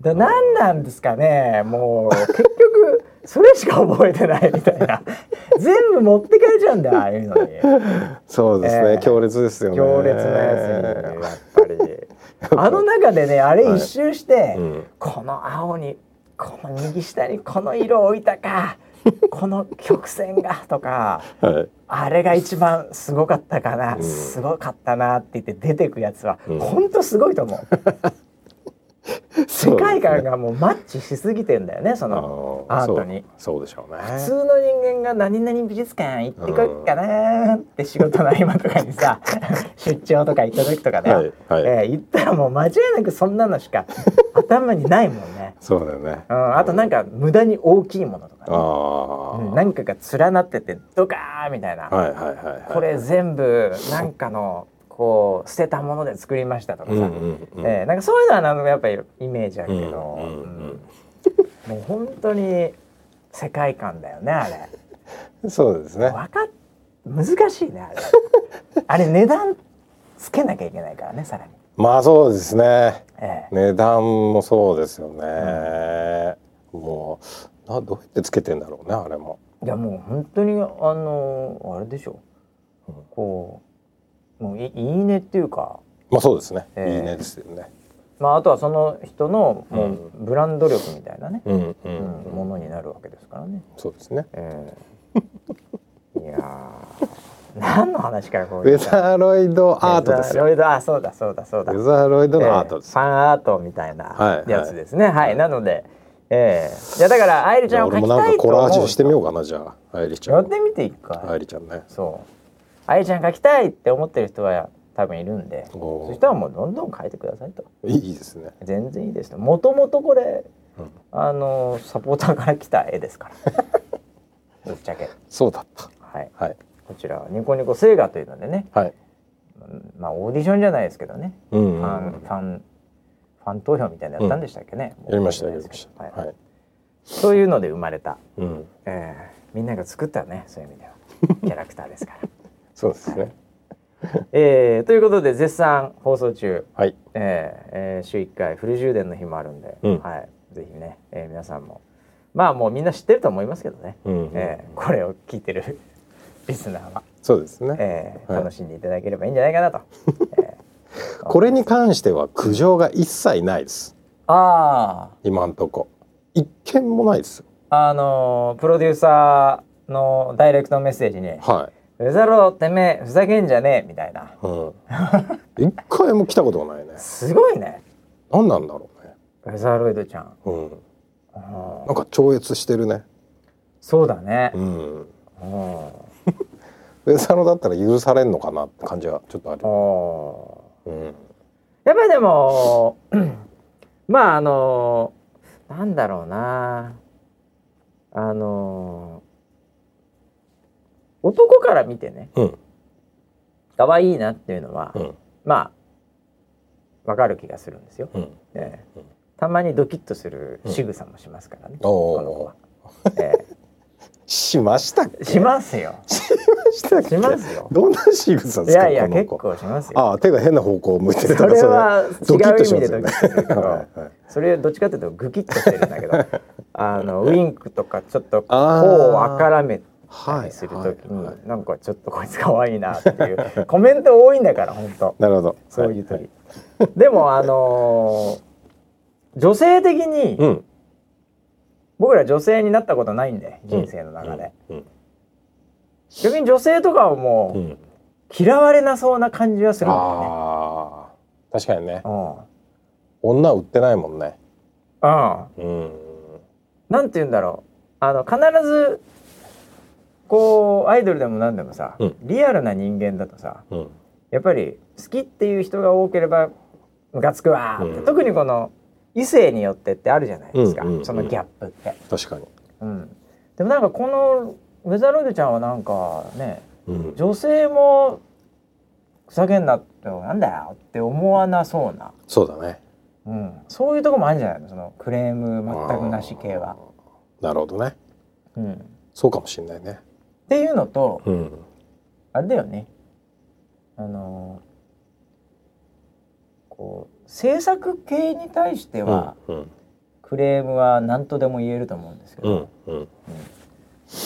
S1: だ何なんですかねもう結局それしか覚えてないみたいな全部持ってかれちゃうんだよああいうのに
S2: そうですね、
S1: ええ
S2: 強烈ですよね。
S1: 強烈なやつにやっぱり
S2: *laughs*
S1: あの中でねあれ一周して、
S2: うん
S1: この青にこの右下にこの色を置いたか
S2: *laughs*
S1: この曲線がとか
S2: はい、
S1: あれが一番すごかったかな、
S2: うん
S1: すごかったなって言って出てくやつは、
S2: うん
S1: ほんとすごいと
S2: *laughs*
S1: 思う世界観がもうマッチしすぎてんだよねそ
S2: あ
S1: の
S2: の
S1: アー
S2: そ
S1: ト
S2: う
S1: に
S2: そうでしょうね。
S1: 普通の人間が何々美術館行ってこいっかなーって仕事の合間とかに
S2: *laughs*
S1: さ出張とか行った時とかね、
S2: はいはい
S1: えー行ったらもう間違いなくそんなの
S2: *laughs*
S1: しか頭にないもんね、
S2: そうだよね。
S1: うん、あとなんか無駄に大きいものとかね、
S2: ああ、
S1: うん何かが連なっててドカーみたいな、
S2: はいはいはいはい。
S1: これ全部なんかのこう捨てたもので作りましたとか
S2: う
S1: さ、
S2: んうんうん。
S1: えーなんかそういうのはなんかやっぱりイメージあるけど、
S2: うんうん
S1: うんもう本当に世界観だよねあれ。
S2: そうですね。
S1: わかっ難しいねあれあれ値段つけなきゃいけないからねさらに、
S2: まあそうですね。
S1: ええ
S2: 値段もそうですよね。もうなどうやってつけてんだろうねあれも。
S1: いやもう本当にあのあれでしょ
S2: うん
S1: こうもういいいねっていうか、
S2: まあそうですね。
S1: ええ
S2: いいねですよね。
S1: まあ、あとはその人のも
S2: う
S1: うブランド力みたいなね、
S2: うんう
S1: うん
S2: ん、
S1: ものになるわけですからね、
S2: そうですね。
S1: ええいやー何の話からこ
S2: ウ
S1: うい
S2: ェ
S1: う
S2: ザーロイドアートですよ。
S1: ロイドあそうだそうだそうだ
S2: ウェザーロイドのアートです。
S1: ファンアートみたい
S2: は
S1: ないやつですね。はい、なので、えー、いやだから愛梨ちゃんを
S2: 俺
S1: 描
S2: も
S1: き
S2: なん
S1: た
S2: か
S1: いと
S2: コラージ
S1: 思
S2: ュ
S1: う。
S2: してみようかなじゃあ、愛理ちゃ
S1: や
S2: ん
S1: っ。てみて一回。
S2: 愛理ちゃんね。
S1: そう。愛梨ちゃん描きたいって思ってる人は多分いるんで、
S2: おー
S1: そしたらもうどんどん描いてくださいと。
S2: いいですね。
S1: 全然いいですと。もともとこれ、
S2: うん
S1: あのサポーターから来た絵ですから。
S2: *laughs*
S1: ぶっちゃけ。
S2: そうだった。
S1: はい。
S2: はい
S1: こちらはニコニコセイガというのでね、
S2: はい。
S1: うんまあオーディションじゃないですけどね、
S2: うんうん
S1: ファンファンファン投票みたいなのやったんでしたっけね。もう
S2: やりましたやりました。
S1: はい
S2: はい。
S1: そういうので生まれた、
S2: うん。
S1: えーみんなが作ったねそういう意味ではキャラクターです
S2: *laughs*
S1: から。
S2: そうですね。
S1: えーということで絶賛放送中、
S2: はい。
S1: えーえー週1回フル充電の日もあるんで、
S2: うん
S1: はい、ぜひね、えー皆さんもまあもうみんな知ってると思いますけどね、
S2: うん
S1: えーこれを聞いてる *laughs* リスナーは、
S2: そうですね。
S1: えー
S2: はい
S1: 楽しんでいただければいいんじゃないかなと。えー
S2: これに関しては苦情が一切ないです。
S1: あ
S2: 今んとこ。一件もないですよ。
S1: ああのープロデューサーのダイレクトメッセージに
S2: は。
S1: 「ウザロてめえふざけんじゃねえ」みたいない
S2: うん。一回も来たことがないね。
S1: すごいね
S2: 何なんだろうね。
S1: ウェザーロイドちゃん。
S2: うん。
S1: うん
S2: なんか超越してるね。
S1: そうだね
S2: う。ん。
S1: うん。あ
S2: ウェザーロだったら許されんのかなって感じはちょっとある。
S1: ー
S2: うん。
S1: やっぱりでも、まああの、なんだろうな。あの、男から見てね、
S2: うん。
S1: 可愛いなっていうのは、
S2: うん。
S1: まあ、わかる気がするんですよ。
S2: うん。
S1: ええ
S2: うん
S1: たまにドキッとする仕草もしますからね、
S2: お
S1: この子
S2: お
S1: は。ええ
S2: しましたっ
S1: *laughs*
S2: け
S1: しますよ。
S2: *laughs* したっけ
S1: しますよ
S2: どんな仕草 *laughs*
S1: い
S2: です
S1: や
S2: か
S1: いや
S2: この
S1: 結
S2: 子
S1: 構しますよ。
S2: ああ手が変な方向を向いてると
S1: そ
S2: か
S1: れは違
S2: ドキッ
S1: う
S2: と
S1: 意
S2: し
S1: 味
S2: ま
S1: です
S2: よ
S1: ドキ
S2: ね
S1: ッとするけ
S2: *laughs* は
S1: ど
S2: いはい、
S1: それどっちかっていうとグキッとしてるんだけど、
S2: *laughs*
S1: あのウインクとかちょっとこ
S2: あー
S1: うあからめたりするとき
S2: はいはいは
S1: に、なんかちょっとこいつ可愛いなっていうコメント多いんだから本当。
S2: なるほど
S1: そういう
S2: はい
S1: 時。でもあのー女性的に
S2: うん
S1: 僕ら女性になったことないんで人生の中で。
S2: うん
S1: 逆に女性とかはも
S2: う
S1: うん嫌われなそうな感じはするんだよね。
S2: ああ確かにね
S1: うん。
S2: 女は売ってないもんね
S1: うん。
S2: うん
S1: なんて言うんだろうあの必ずこうアイドルでも何でもさ、
S2: うん
S1: リアルな人間だとさ
S2: うん
S1: やっぱり好きっていう人が多ければムカつくわーって、
S2: うん
S1: 特にこの異性によってってあるじゃないですか、
S2: うんうんうん
S1: そのギャップって、
S2: 確かに
S1: うんでもなんかこのウェザーロイドちゃんはなんかね
S2: うん
S1: 女性もふざけんなってなんだよって思わなそうな、
S2: そうだね
S1: うん、そういうとこもあるんじゃないのそのクレーム全くなし系は。
S2: あーなるほどね
S1: うん、っ
S2: そうかもしれないね
S1: ていうのと、
S2: うん
S1: あれだよねあのこう制作系に対しては
S2: うん
S1: クレームは何とでも言えると思うんですけ
S2: う
S1: ど、
S2: んうん *laughs*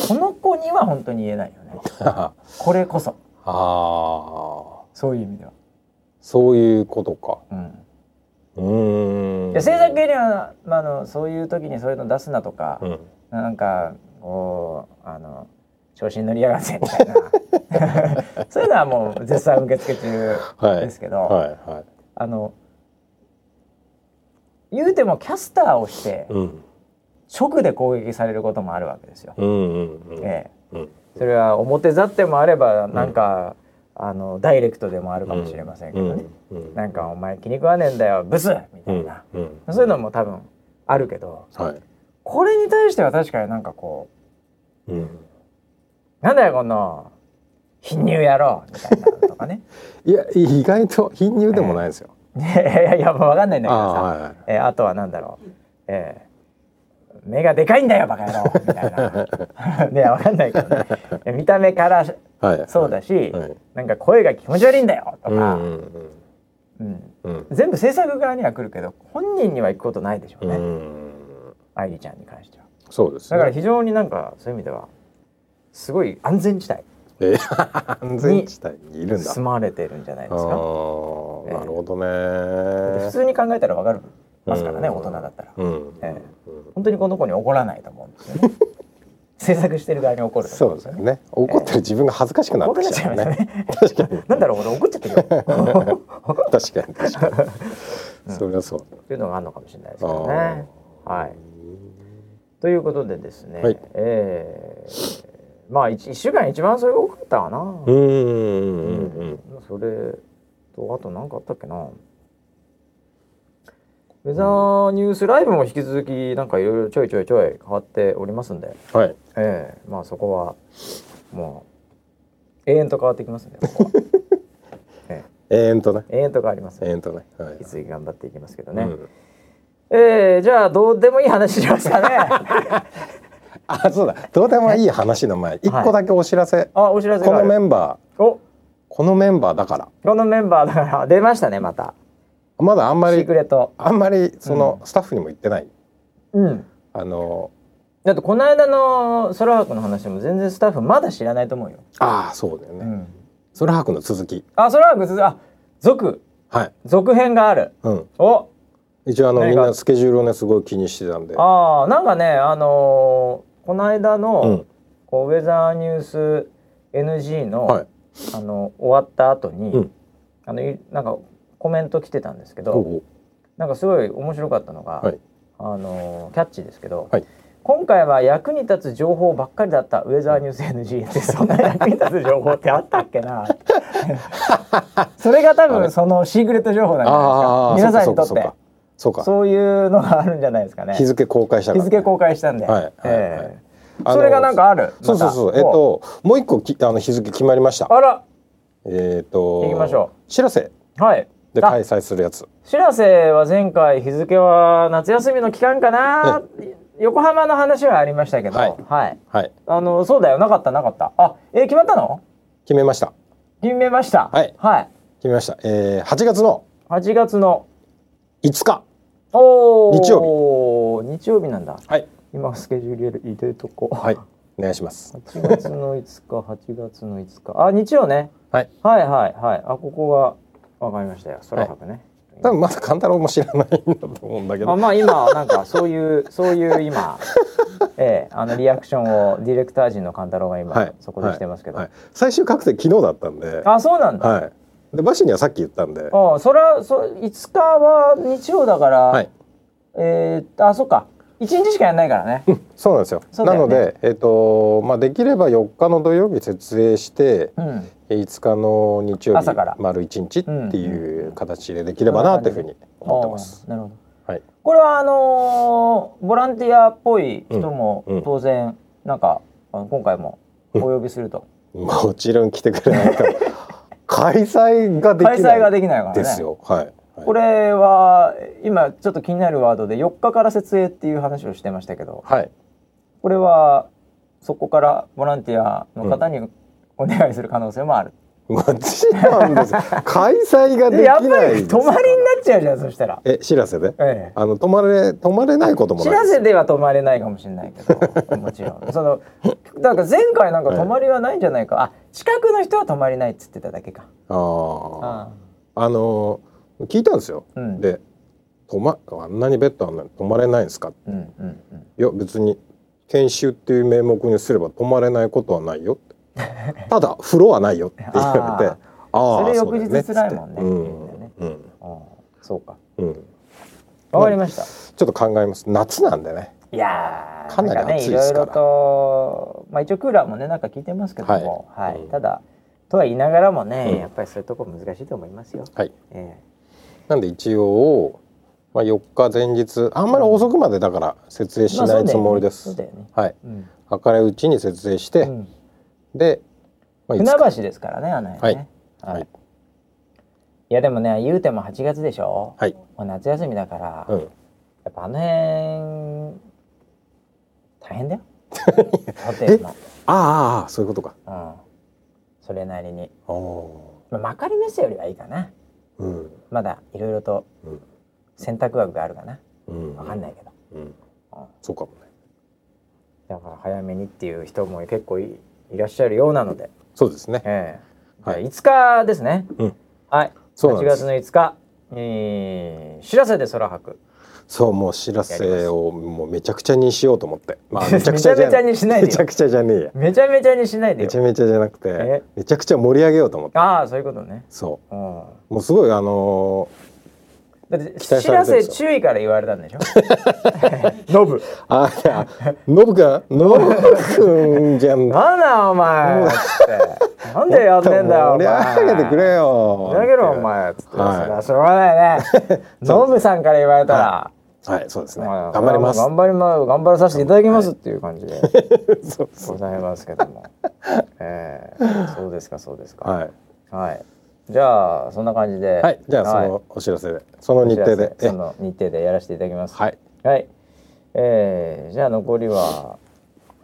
S1: この子には本当に言えないよね
S2: あ
S1: これこそ
S2: あ
S1: そういう意味では、
S2: そういうことか
S1: うん、
S2: うーん
S1: いや制作系には、まあ、あのそういう時にそういうの出すなとか、
S2: うん
S1: なんかこうあの調子に乗りやがってみたいな *laughs* そういうのはもう絶賛受付中
S2: はい
S1: ですけど、
S2: はいはい
S1: あの言うてもキャスターをして
S2: うん
S1: 直で攻撃されることもあるわけですよ。
S2: うんうんうん
S1: ええ、
S2: うん
S1: それは表ざってもあればなんか、あのダイレクトでもあるかもしれませんけどね、
S2: うんうん
S1: なんか「お前気に食わねえんだよブス!」みたいな、
S2: うんうん
S1: そういうのも多分あるけど
S2: はい
S1: これに対しては確かになんかこ
S2: うん
S1: う「なんだよこの貧乳野郎!」みたいなのとかね *laughs*
S2: いや意外と貧乳でもないですよ
S1: いやいやいやもう分かんないんだけど
S2: あ
S1: さ
S2: あ。はいはい
S1: えーあとはなんだろう、えー目がでかいんだよバカ野郎みたいな *laughs* ねわかんないけどねえ見た目から
S2: はい、
S1: そうだし、
S2: はい
S1: なんか声が気持ち悪いんだよと
S2: う
S1: か、
S2: ん
S1: う
S2: うんんうんうん
S1: 全部制作側には来るけど本人には行くことないでしょう
S2: う
S1: ね、
S2: ん
S1: 愛梨ちゃんに関しては
S2: そうです
S1: だ
S2: ね
S1: から非常になんかそういう意味ではすごい安全地帯
S2: えー安全地帯にいるんだ
S1: 住まわれてるんじゃない
S2: あ
S1: ですか
S2: ー
S1: ええ
S2: なるほど
S1: だって
S2: ね
S1: 普通に考えたらわかりますからね
S2: うん
S1: 大人だったら
S2: うん
S1: え
S2: うん
S1: 本当にこの子に怒らないと思うんですよね *laughs* 制作してる側に怒ると
S2: そ
S1: 思
S2: うんですよね怒ってる自分が恥ずかしくなっ
S1: 怒
S2: て
S1: ら
S2: き
S1: っち
S2: ち
S1: ゃ
S2: ゃ
S1: いうました
S2: ね
S1: ね
S2: 確かに
S1: なんだろう俺怒っちゃってるよ
S2: *laughs* 確かに確かにそれはそう
S1: っていうのがあるのかもしれないですけ
S2: だ
S1: ど
S2: あ
S1: ね。はい、ということでですね、
S2: はい
S1: えーまあ 1, 週間一番それが多かったかな、
S2: ーうんうんうん
S1: それとあと何かあったっけなウェザーニュースライブも引き続きなんかいろいろちょいちょいちょい変わっておりますんで、
S2: はい
S1: えーまあそこはもう永遠と変わってきますんで
S2: *laughs*
S1: ここは
S2: 永遠とね
S1: 永遠と変わりますんで
S2: 永遠とねはい
S1: 引き続き頑張っていきますけどね、
S2: うん
S1: えー、じゃあどうでもいい話しましたね。
S2: *laughs* あそうだどうでもいい話の前一個だけお知らせ
S1: あ、お知らせ
S2: こ
S1: があ
S2: の
S1: る。
S2: メンバー
S1: お、
S2: このメンバーだから
S1: このメンバーだから出ましたねまた。
S2: まだあんま
S1: シ
S2: り
S1: ークレット。
S2: あんまりそのスタッフにも言ってない、
S1: うん。
S2: あの
S1: だってこの間の空白の話も全然スタッフまだ知らないと思うよ。
S2: ああそうだよね、
S1: ん。
S2: それ白の続き
S1: あ、空白続あ、続
S2: はい
S1: 続編がある。
S2: うん
S1: お、
S2: 一応あの
S1: 何
S2: みん
S1: が
S2: なスケジュールをねすごい気にしてたんで
S1: あーなんかねあのーこの間の、
S2: うん
S1: こうウェザーニュース NG の、
S2: はい
S1: あの終わった後に、
S2: うん
S1: あのいなんかコメント来てたんですけど。
S2: おう
S1: なんかすごい面白かったのが、
S2: はい
S1: あのーキャッチですけど、
S2: はい
S1: 今回は役に立つ情報ばっかりだったウェザーニュース NG ってそんな役に立つ情報ってあったっけ
S2: *laughs*
S1: なそれが多分そのシークレット情報なんじゃ
S2: あ
S1: ないですか皆さん
S2: あそう
S1: にとっ
S2: かそうか
S1: て
S2: そうかそうか
S1: そういうのがあるんじゃないですかね
S2: 日付公開したか
S1: 日
S2: ら、
S1: 付公開したんで、
S2: はいはい
S1: ええ
S2: あの
S1: それがなんかある
S2: そうそうそうえ
S1: ま
S2: っ、
S1: たお
S2: ともう一個きあの日付決まりました
S1: あら
S2: えっ、と
S1: 行きましょ
S2: 知らせ
S1: はい
S2: で
S1: あ
S2: 開催するやつ
S1: しらせは前回日付は夏休みの期間かな、横浜の話はありましたけど、は
S2: はいい、はい
S1: あのそうだよなかったなかった。あ、えー決まったの？
S2: 決めました
S1: 決めました。
S2: はい
S1: はい。
S2: 決めました、えー、8月の
S1: 8月の
S2: 5日
S1: おー
S2: 日曜
S1: 日。日曜日なんだ。
S2: はい
S1: 今スケジュール入れとこう。
S2: はいお願いします
S1: 8月の5日、8月の5日。あ、日曜ね。
S2: はい。
S1: はいはいはい。あ、ここがわかりましたよ。空白ね。
S2: 多分まだ勘太郎も知らないんだと思うんだけ
S1: あ
S2: ど
S1: まあ今なんかそういうそういう
S2: *laughs*
S1: 今ええあのリアクションをディレクター陣の勘太郎が今、
S2: はい
S1: そこでしてますけど、
S2: はい、最終確定昨日だったんで
S1: あそうなんだ、
S2: はいでバシにはさっき言ったんで
S1: あそれはそ5日は日曜だから、
S2: はい
S1: えー、あそっか1日しかやんないからね
S2: そうなんですよ
S1: そうだ
S2: な
S1: よ
S2: の
S1: ね
S2: でえっ、とまあできれば4日の土曜日設営して
S1: うん
S2: 5日の日曜日
S1: 朝から
S2: 丸1日っていう形でできればなというふうに思ってます
S1: あーなるほど
S2: はい
S1: これはあのーボランティアっぽい人も
S2: うんうん
S1: 当然、なんかあの今回もお呼びすると、
S2: もちろん来てくれないと *laughs* 開催ができな
S1: 開
S2: い
S1: 催ができないからね
S2: ですよはい、はい、
S1: これは今ちょっと気になるワードで4日から設営っていう話をしてましたけど
S2: はい
S1: これはそこからボランティアの方にお願いする可能性もある、
S2: もちろんです開催ができ
S1: や
S2: な
S1: っ
S2: い
S1: ぱり
S2: です
S1: 泊まりになっちゃうじゃんそしたら、
S2: え知らせで
S1: ええ、
S2: あの泊まれ泊まれないことも
S1: 知
S2: ない
S1: ら
S2: です
S1: せでは泊まれないかもしれないけどもちろんそのだから前回なんか泊まりはないんじゃないか、あ近くの人は泊まりないっつってただけか
S2: あー
S1: あ
S2: あのー聞いたんですよ、
S1: うん
S2: で泊まあんなにベッドあんのに泊まれないんですか
S1: あうんうんうん
S2: いや別に研修っていう名目にすれば泊まれないことはな
S1: *laughs*
S2: いよってただ風呂はないよって言われ
S1: あー
S2: てああー
S1: それ
S2: うだよね
S1: 翌日辛いもんね
S2: うんうん
S1: ああそうか
S2: うん
S1: わかりました、
S2: ちょっと考えます夏なんでね
S1: いやー
S2: かなり
S1: んね
S2: 暑いですから
S1: いろいろとまあ一応クーラーもねなんか効いてますけども、は
S2: はいうん
S1: ただとは言いながらもね、
S2: うん
S1: やっぱりそういうとこ難しいと思いますよ。
S2: はい
S1: え
S2: なんで一応、まあ、4日前日あんまり遅くまでだから設営
S1: え
S2: しないつもりです、
S1: まあそうだよね
S2: はい
S1: そうだよね
S2: 明るいうちに設営して、
S1: うん
S2: で、まあ、
S1: うん、
S2: いつか
S1: 船橋ですからねあの辺ね。
S2: はいはい
S1: いやでもね言うても8月でしょ、
S2: はい
S1: もう夏休みだから、
S2: う
S1: や
S2: ん
S1: っぱあの辺大
S2: *laughs*
S1: 変だよホテルの、
S2: ああああそういうことか
S1: うん、それなりに、
S2: ああ
S1: まあ、まかりメッセよりはいいかな
S2: うん
S1: まだいろいろと
S2: うん
S1: 選択枠があるかな
S2: うん
S1: わかんないけど、
S2: うん
S1: うん
S2: そうかもね
S1: だから早めにっていう人も結構いいらっしゃるようなので、
S2: そうですね
S1: ええ
S2: はい
S1: 5日ですね、
S2: うん
S1: はい
S2: そうなん
S1: 8
S2: で
S1: 月
S2: す
S1: の5日えー、知らせで空白
S2: そうもう知らせをもうめちゃくちゃにしようと思ってまあめちゃく
S1: *laughs* め
S2: ち
S1: ちゃ
S2: ゃじ
S1: め
S2: ゃ
S1: ちゃ
S2: ない
S1: にしない
S2: め
S1: で
S2: ちゃ
S1: よ
S2: くちゃじゃねえや
S1: めちゃめちゃにしないで
S2: め
S1: よ
S2: ちゃめちゃじゃなくて
S1: え
S2: めちゃくちゃ盛り上げようと思って
S1: ああそういうことね、
S2: そ
S1: うん、
S2: うもうすごいあの
S1: だって
S2: 期待
S1: 知
S2: され
S1: ら
S2: てるで
S1: せ
S2: しょ
S1: 注意から言われたん
S2: *laughs*
S1: でしょノブ
S2: ー、あいやノブくんノブくんじゃん
S1: なんだよお前つって
S2: *laughs*
S1: なんでやってんだよお
S2: 盛り
S1: 前
S2: 上げてくれよ
S1: ふざけろお前つって、
S2: はい
S1: それはしょうが
S2: *laughs*
S1: ないねノブさんから言われたら、
S2: はいそうですね
S1: まあ
S2: 頑張ります
S1: 頑張ります頑張らさせていただきますっていう感じで
S2: *laughs* そう
S1: ございますけど
S2: *laughs*
S1: も、えー、そうですかそうですか
S2: はい
S1: はい、じゃあそんな感じでは
S2: はい、じゃあそのお知らせで、その
S1: お
S2: 日
S1: 知らせ
S2: 程で、え
S1: その日程でやらせていただきます
S2: はい、
S1: はい、えー、じゃあ残りは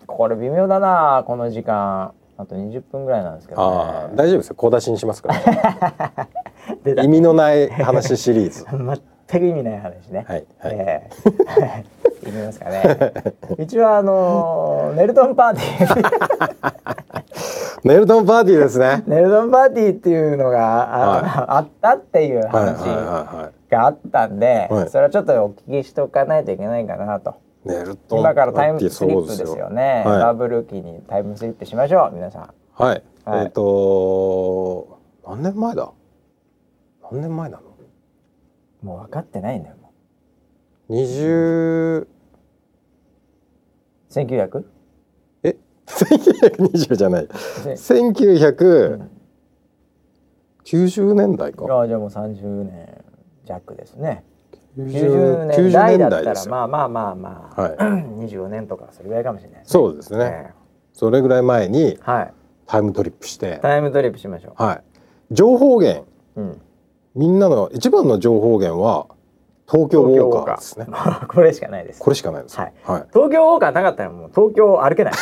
S1: これ微妙だなこの時間あと20分ぐらいなんですけ
S2: あ
S1: ど
S2: あ
S1: ね
S2: 大丈夫ですよ、小出しにしますから、
S1: *laughs* 出た、
S2: 意味のない話シリーズ
S1: *laughs* 全く意味ない話ね。
S2: はいはい
S1: ええ *laughs* いきますかね。一応あのーネルトンパーティー
S2: *laughs* ネルトンパーティーですね。
S1: ネルトンパーティーっていうのがあ,、
S2: は
S1: あったっていう
S2: はいはい
S1: 話
S2: は
S1: があったんで、
S2: はい
S1: それはちょっとお聞きしておかないといけないかなと。
S2: いはい。ネルトン
S1: 今からタイムスリップです
S2: そう
S1: よね。バ
S2: は
S1: ブル期にタイムスリップしましょう皆さん。
S2: い、はい、
S1: はい
S2: えっ、と何年前だ？何年前なの？
S1: もう分かってないんだよ。も
S2: 二十
S1: う1900?
S2: え、千九百二十じゃない、
S1: せ
S2: 千九百九十年代か。
S1: ああじゃあもう30年弱ですね。
S2: 90
S1: 90年代だった
S2: で
S1: ら
S2: すよ。
S1: まあまあまあまあ、
S2: はい
S1: *coughs* 25年とかそれぐらいかもしれないですね。
S2: そうですね。
S1: え
S2: それぐらい前に
S1: えはい。
S2: タイムトリップして、
S1: タイムトリップしましょ
S2: はい、情報源
S1: う。うん。
S2: みんなの一番の情報源は東京ウォーカーですね。
S1: *laughs* これしかないです
S2: これしかないです。
S1: はい
S2: はい。
S1: 東京ウォーカーなかったらもう東京を歩けない、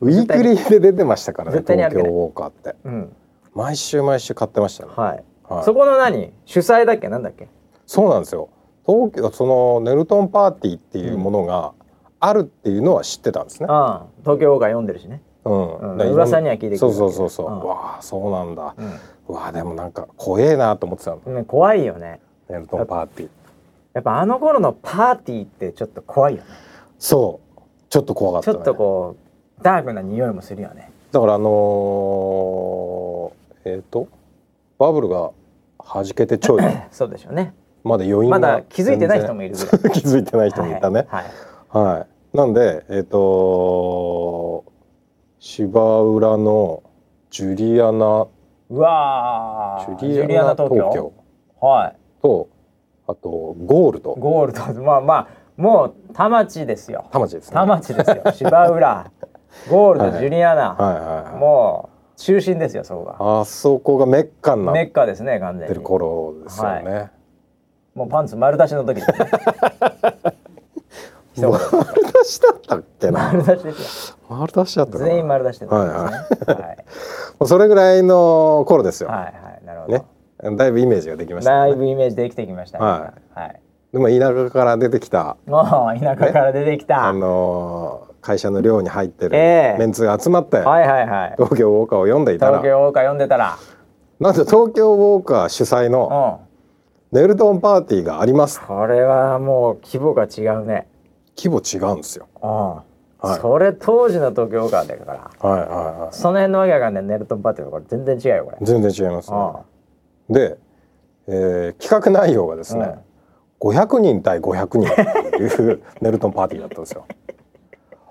S2: ウィークリーで出てましたからね。
S1: 絶対に
S2: 東
S1: 歩け
S2: 京
S1: ない
S2: ウォーカーって
S1: うん
S2: 毎週毎週買ってましたね。
S1: はい
S2: はい。
S1: そこの何主催だっけなんだっけ
S2: そうなんですよ。東京そのネルトンパーティーっていうものがあるっていうのは知ってたんですね。
S1: ああ東京ウォーカー読んでるしね、
S2: うん。
S1: うん
S2: だからいろん
S1: 噂には聞いてくる
S2: そうそうそうそう。
S1: うん
S2: わあそうなんだ。
S1: う
S2: うわあでもなんか怖えなと思ってたの。
S1: ん、怖いよね
S2: ネルトンパーティー。
S1: やっぱあの頃のパーティーってちょっと怖いよね
S2: そう。ちょっと怖かっ
S1: ち
S2: た、ね。
S1: ょっとこうダークな匂いもするよね
S2: だからあのー、えっ、とバブルが弾けて *coughs* ちょい
S1: そうでしょうね
S2: まだ余韻
S1: ま
S2: が
S1: だ気づいてない人もいるぐらい
S2: 全然 *laughs* 気づいてない人もいたね。
S1: はい、はい
S2: はい。なんでえっ、と芝浦のジュリアナ
S1: うわー
S2: ジュリアナ東京
S1: はい
S2: とあとゴールド
S1: ゴールドまあまあもう田町ですよ
S2: 田町ですね。
S1: 田町です
S2: *laughs*
S1: よ芝浦ゴールド、
S2: はい
S1: ジュリアナ、
S2: はいはいはい。
S1: もう中心ですよそこが
S2: あそこがメッカにな
S1: メ
S2: っ
S1: ッカですね完全
S2: て
S1: に
S2: る頃ですよね。
S1: もうパンツ丸出しの時で
S2: *laughs*
S1: すね一言
S2: 丸出しだったっけな。
S1: 丸出しですよ
S2: 丸出しだったかな。
S1: 全員丸出しで
S2: はい
S1: はいはい
S2: もうそれぐらいの頃ですよ。
S1: はいはいなるほど、
S2: ね、だいぶイメージができました
S1: だ
S2: ね、
S1: いぶイメージできてきましたね
S2: は
S1: はい、
S2: でも田舎から出てきた、
S1: もう田舎から出てきた、
S2: あのー会社の寮に入ってる
S1: ええ
S2: メンツが集まって、
S1: はいはいはい
S2: 東京ウォーカーを読んでいたら
S1: 東京大岡読んでたら
S2: なんと東京ウォーカー主催
S1: うん
S2: のネルトンパーティーがあります
S1: これはもう規模が違うね
S2: 規模違うんですよ
S1: うん、
S2: はい
S1: それ当時の東京からだから
S2: はいはいは
S1: その辺のわけわかんないネルトンパーティーとこれ全然違うよこれ
S2: い全然違います、ね
S1: あ
S2: で、えー企画内容がですね、500人対500人っていう *laughs* ネルトンパーティーだったんですよ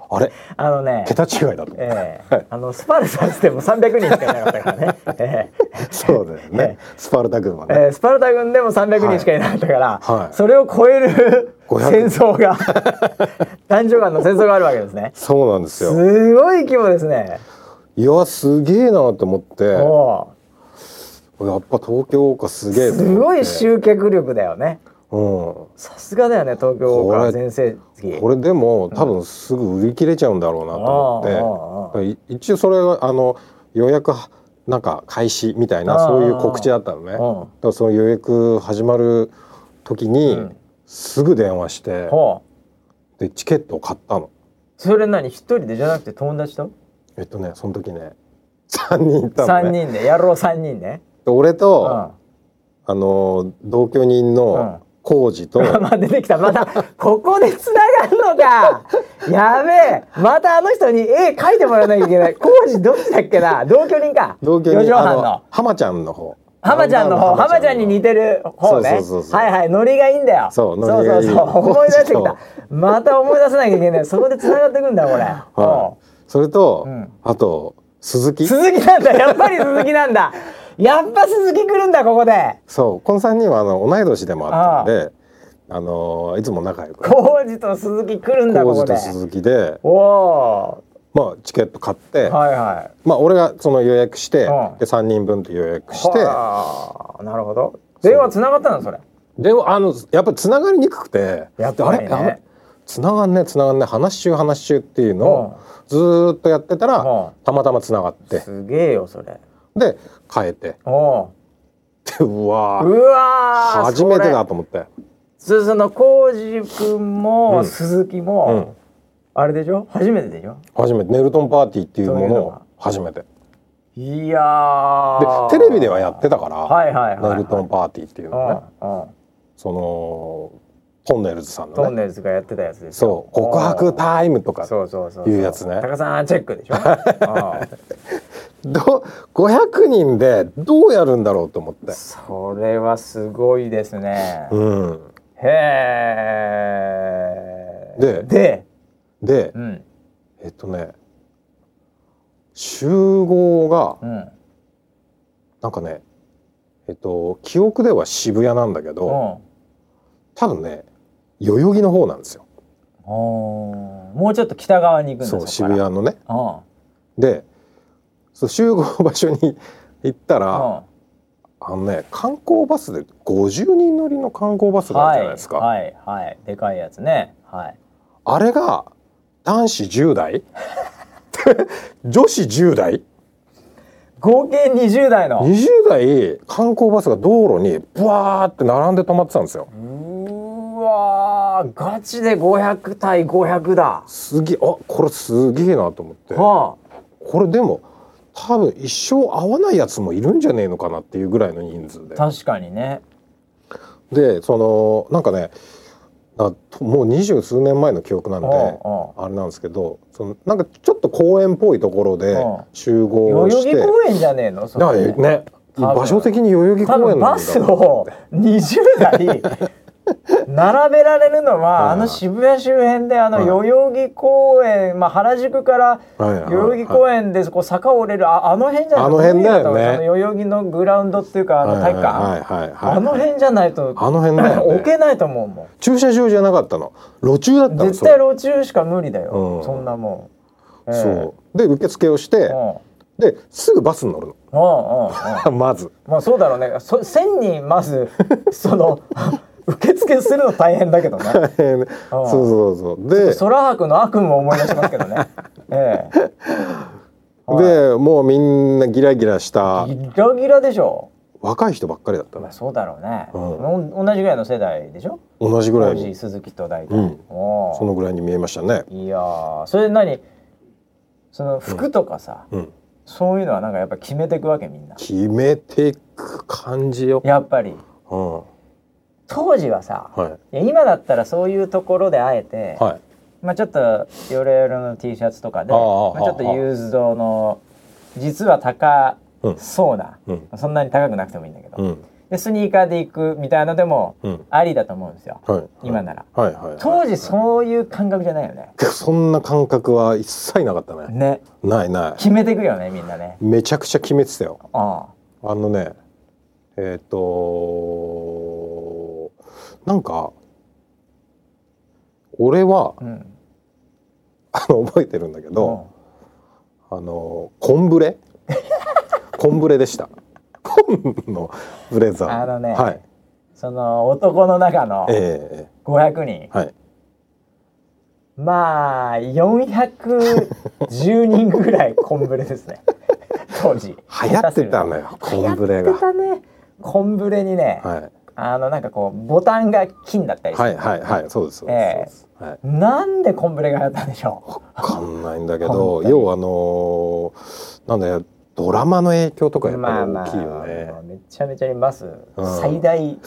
S2: あれ
S1: ああのね
S2: 桁違いだと思って、
S1: ええあのスパルタスでも300人しかいなかったからね、え
S2: そうだよね、スパルタ軍は
S1: え
S2: ね、
S1: ええスパルタ軍でも300人しかいなかったから、
S2: はい
S1: それを超える
S2: 500
S1: 戦争が男女間の戦争があるわけですね
S2: そうなんですよ
S1: すごい規模ですね
S2: いやすげえなと思ってやっ
S1: も
S2: ぱ東京岡すげえ
S1: う
S2: と思って
S1: すごい集客力だよね
S2: うん
S1: さすがだよね東京大
S2: これ
S1: 岡全盛期
S2: これでも多分すぐ売り切れちゃうんだろうなと思ってい一応それはあの予約はなんか開始みたいな
S1: あー
S2: そういう告知だったのねだ
S1: ん
S2: からその予約始まる時に
S1: うん
S2: すぐ電話して
S1: ほう
S2: でチケットを買ったの
S1: それ何一人でじゃなくて友達と
S2: えっとねその時ね3人いたの
S1: 三
S2: ね
S1: 人で野郎三人で
S2: で俺
S1: う
S2: と
S1: ん
S2: あの同居人の浩二
S1: *laughs*
S2: と
S1: まあ出てきたまたここで繋がんのか *laughs* やべえまたあの人に絵描いてもらわなきゃいけない工事どっちだっけな同居人か
S2: 同居
S1: 四畳
S2: 人あ
S1: 半
S2: の
S1: の
S2: 浜ちゃんの方
S1: 浜ちゃんの方浜ちゃんに似てる方ね
S2: そうそうそうそう
S1: はいはいノリがいいんだよ
S2: そう
S1: そ
S2: ノ
S1: う
S2: リ
S1: そ
S2: がいうい
S1: そう思い出してき
S2: 工
S1: たまた思い出さなきゃいけないそこで繋がってくんだこれ、
S2: はいそれと、
S1: うん
S2: あと鈴
S1: う
S2: 木
S1: ん鈴木なんだやっぱり鈴木なんだやっぱ鈴木来るんだここで
S2: そうこの3人はあの同い年でもあったんであのーいつも仲良く
S1: 工事と鈴木来るんだここ
S2: 浩二
S1: で
S2: と鈴木で
S1: おお
S2: まあチケット買って、
S1: ーはいはい
S2: まあ俺がその予約して、
S1: うん
S2: で3人分と予約して
S1: はあなるほど電話つながったのそれ
S2: でもあのやっぱり繋がりにくくて
S1: やっ
S2: であ
S1: ぱり
S2: れ
S1: ね
S2: あれ繋がんね繋がんね話し中話し中っていうのをずーっとやってたら、
S1: うん
S2: たまたま繋がって
S1: すげえよそれ
S2: で変えて
S1: お
S2: でうわ
S1: う
S2: ー
S1: うわー
S2: 初めてだと思って。
S1: それその浩二君
S2: う
S1: も
S2: ん
S1: 鈴木
S2: う
S1: も
S2: ん
S1: あれでしょ初めてでしょ
S2: 初めてネルトンパーティーっていうものを初めてで
S1: いやー
S2: テレビではやってたから、
S1: はいはいはいはい
S2: ネルトンパーティーっていうのはね
S1: うんうん
S2: そのトンネルズさん
S1: ト
S2: の
S1: ン
S2: ね
S1: ネルズがやってたやつですよ
S2: そう告白タイムと
S1: おー
S2: か
S1: そうそうそう
S2: いうやつね
S1: 高さんチェックで
S2: *laughs*
S1: しょうん
S2: ど500人でどうやるんだろうと思って、
S1: それはすごいですね
S2: うん、
S1: へえ
S2: で
S1: で
S2: で
S1: うん
S2: えっとね集合が
S1: うん
S2: なんかねえっと記憶では渋谷なんだけ
S1: う
S2: ど
S1: ん
S2: 多分ね代々木の方なんですよ
S1: おーもうちょっと北側に行くんだ
S2: そう
S1: そこ
S2: 渋
S1: から
S2: 谷のね
S1: うん
S2: でそう集合場所に行ったら、
S1: うん
S2: あのね観光バスで50人乗りの観光バスがあるじゃないですか、
S1: はいはい、はい、でかいやつねはい
S2: あれが男子10代 *laughs* 女子10代
S1: 合計20代の
S2: 20代観光バスが道路にブワーって並んで止まってたんですよ
S1: うーわーガチで500対500だ
S2: すげえあこれすげえなと思って
S1: はあ
S2: これでも多分一生会わないやつもいるんじゃねえのかなっていうぐらいの人数で
S1: 確かにね
S2: でそのなんかねあともう二十数年前の記憶なんで
S1: うん
S2: あれなんですけどそのなんかちょっと公園っぽいところで
S1: うん
S2: 集
S1: 代
S2: 合
S1: 々
S2: して
S1: 木公園じゃねえのそ
S2: だから
S1: れ
S2: ね
S1: 多分
S2: 場所的に代々木
S1: 多
S2: 公園
S1: 分
S2: な
S1: バ
S2: んだ
S1: スを20台並べられるのは、
S2: はい
S1: あの渋谷周辺であ
S2: は
S1: の
S2: い
S1: 代々木公園、まあ、原宿から
S2: はいはい
S1: 代々木公園でこう坂を折れるああの辺じゃない
S2: あの辺だ
S1: 無理と
S2: よね
S1: 思うあの代々木のグラウンドっていうかあの体育館、
S2: はいはいはいはい
S1: あの辺じゃないと
S2: あの辺だよね
S1: *laughs* 置けないと思うも
S2: 駐車場じゃなかったの路中だった
S1: ん
S2: の
S1: 絶対路中しか無理だよ、
S2: うん
S1: そんなもん、ええ
S2: そうそうで受付をして
S1: うん
S2: ですぐバスに乗る
S1: うんうんうん
S2: のまず
S1: まあそうだろうね。そ1000人まずその *laughs* 受付するの大変だけどね。
S2: 大変ねそうそうそうで
S1: 空白の悪夢を思い出しますけど
S2: *laughs*
S1: ね。ええ
S2: でもうみんなギラギラした
S1: ギラギラでしょ。
S2: 若い人ばっかりだった
S1: まあ
S2: ね
S1: そうだろうね。
S2: うん
S1: お同じぐらいの世代でしょ。
S2: 同じぐら
S1: 当
S2: い
S1: 時
S2: に
S1: 鈴木と大体。
S2: うん
S1: おー
S2: そのぐらいに見えましたね
S1: いやーそれで何その服とかさ、
S2: うん
S1: そういうのはなんかやっぱ決めていくわけみんな。
S2: 決めていく感じよ、
S1: やっぱり
S2: うん、は
S1: 当時はさ、
S2: い
S1: いや今だったらそういうところであえて。
S2: はい
S1: まあ、ちょっとヨレヨレの T シャツとかで
S2: ああ
S1: まあ、ちょっとユーズドの実は高そうな、
S2: うん
S1: そんなに高くなくてもいいんだけど、
S2: うん
S1: でスニーカーで行くみたいなのでも
S2: うん
S1: ありだと思うんですよ、
S2: はい
S1: 今なら。
S2: はいはい、はい、
S1: 当時そういう感覚じゃないよね。
S2: そんな感覚は一切なかったね
S1: ね
S2: ないない
S1: 決めていくよねみんなね。
S2: めちゃくちゃ決めてたよ
S1: あ
S2: あのねえっ、となんか俺は
S1: あ
S2: *laughs*
S1: うん、
S2: あの覚えてるんだけど、あのコンブレコンブレでしたコンのブレザー
S1: あのね
S2: はい
S1: うんその男の中の
S2: えええ
S1: 500人
S2: えはい
S1: まあ410人ぐらいコンブレです
S2: *laughs*
S1: ね当時
S2: 流行ってたのよコンブレ
S1: やって
S2: が
S1: たねコンブレにね、
S2: はい
S1: あのなんかこうボタンが金だったりす
S2: は
S1: る、
S2: いはいはいそうですそう
S1: ええ
S2: です、そうですはい
S1: なんでコンブレがやったんでしょ
S2: わかんないんだけ
S1: 本
S2: ど
S1: 当に
S2: 要はあのーなんだよドラマの影響とかや
S1: う
S2: っ
S1: ま
S2: ぱ
S1: あ
S2: り
S1: ま
S2: 大
S1: あ
S2: きいよね、
S1: めちゃめちゃにバス、
S2: うん
S1: 最大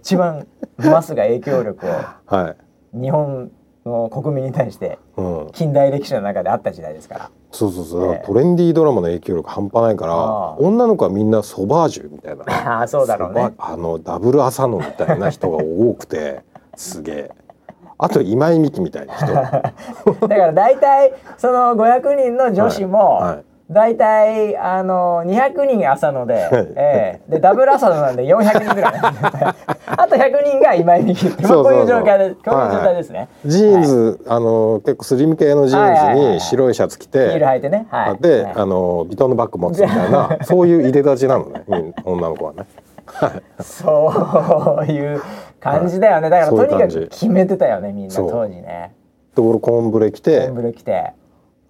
S1: 一番バスが影響力
S2: *laughs*
S1: を
S2: はい、
S1: 日本の国民に対して
S2: うん、
S1: 近代歴史の中であった時代ですから
S2: そうそうそう、だから
S1: ええ
S2: トレンディードラマの影響力半端ないから
S1: ああ
S2: 女の子はみんなソバージュみたいな
S1: ああそうだろうね
S2: そばあのダブル浅野みたいな人が多
S1: *laughs*
S2: くてすげえあと今井美樹みたいな人は
S1: だから大体その500人の女子も、
S2: はいはい
S1: 大体あの200人朝野で、
S2: い
S1: ええでダブル朝野なんで400人ぐらい
S2: *laughs*
S1: あと100人が今井美樹ってまあ
S2: そうそうそう
S1: こういう状況でこういう状
S2: はい
S1: 態ですね、
S2: ジーンズ、あの結構スリム系のジ
S1: はい
S2: ー
S1: はいは
S2: ン
S1: い
S2: ズ
S1: はい
S2: に白いシャツ着て、
S1: ヒール履いてねはい
S2: で、
S1: はい
S2: あのビトンのバッグ持つみたいなそういういでたちなのねみん女の子はね。
S1: そういう感じだよねだから
S2: そう
S1: と
S2: いう
S1: に
S2: 感
S1: か
S2: じ
S1: く決めてたよねみんな
S2: そう
S1: 当時ね
S2: で俺コーンブレ着
S1: コ
S2: て
S1: ンブレ来て、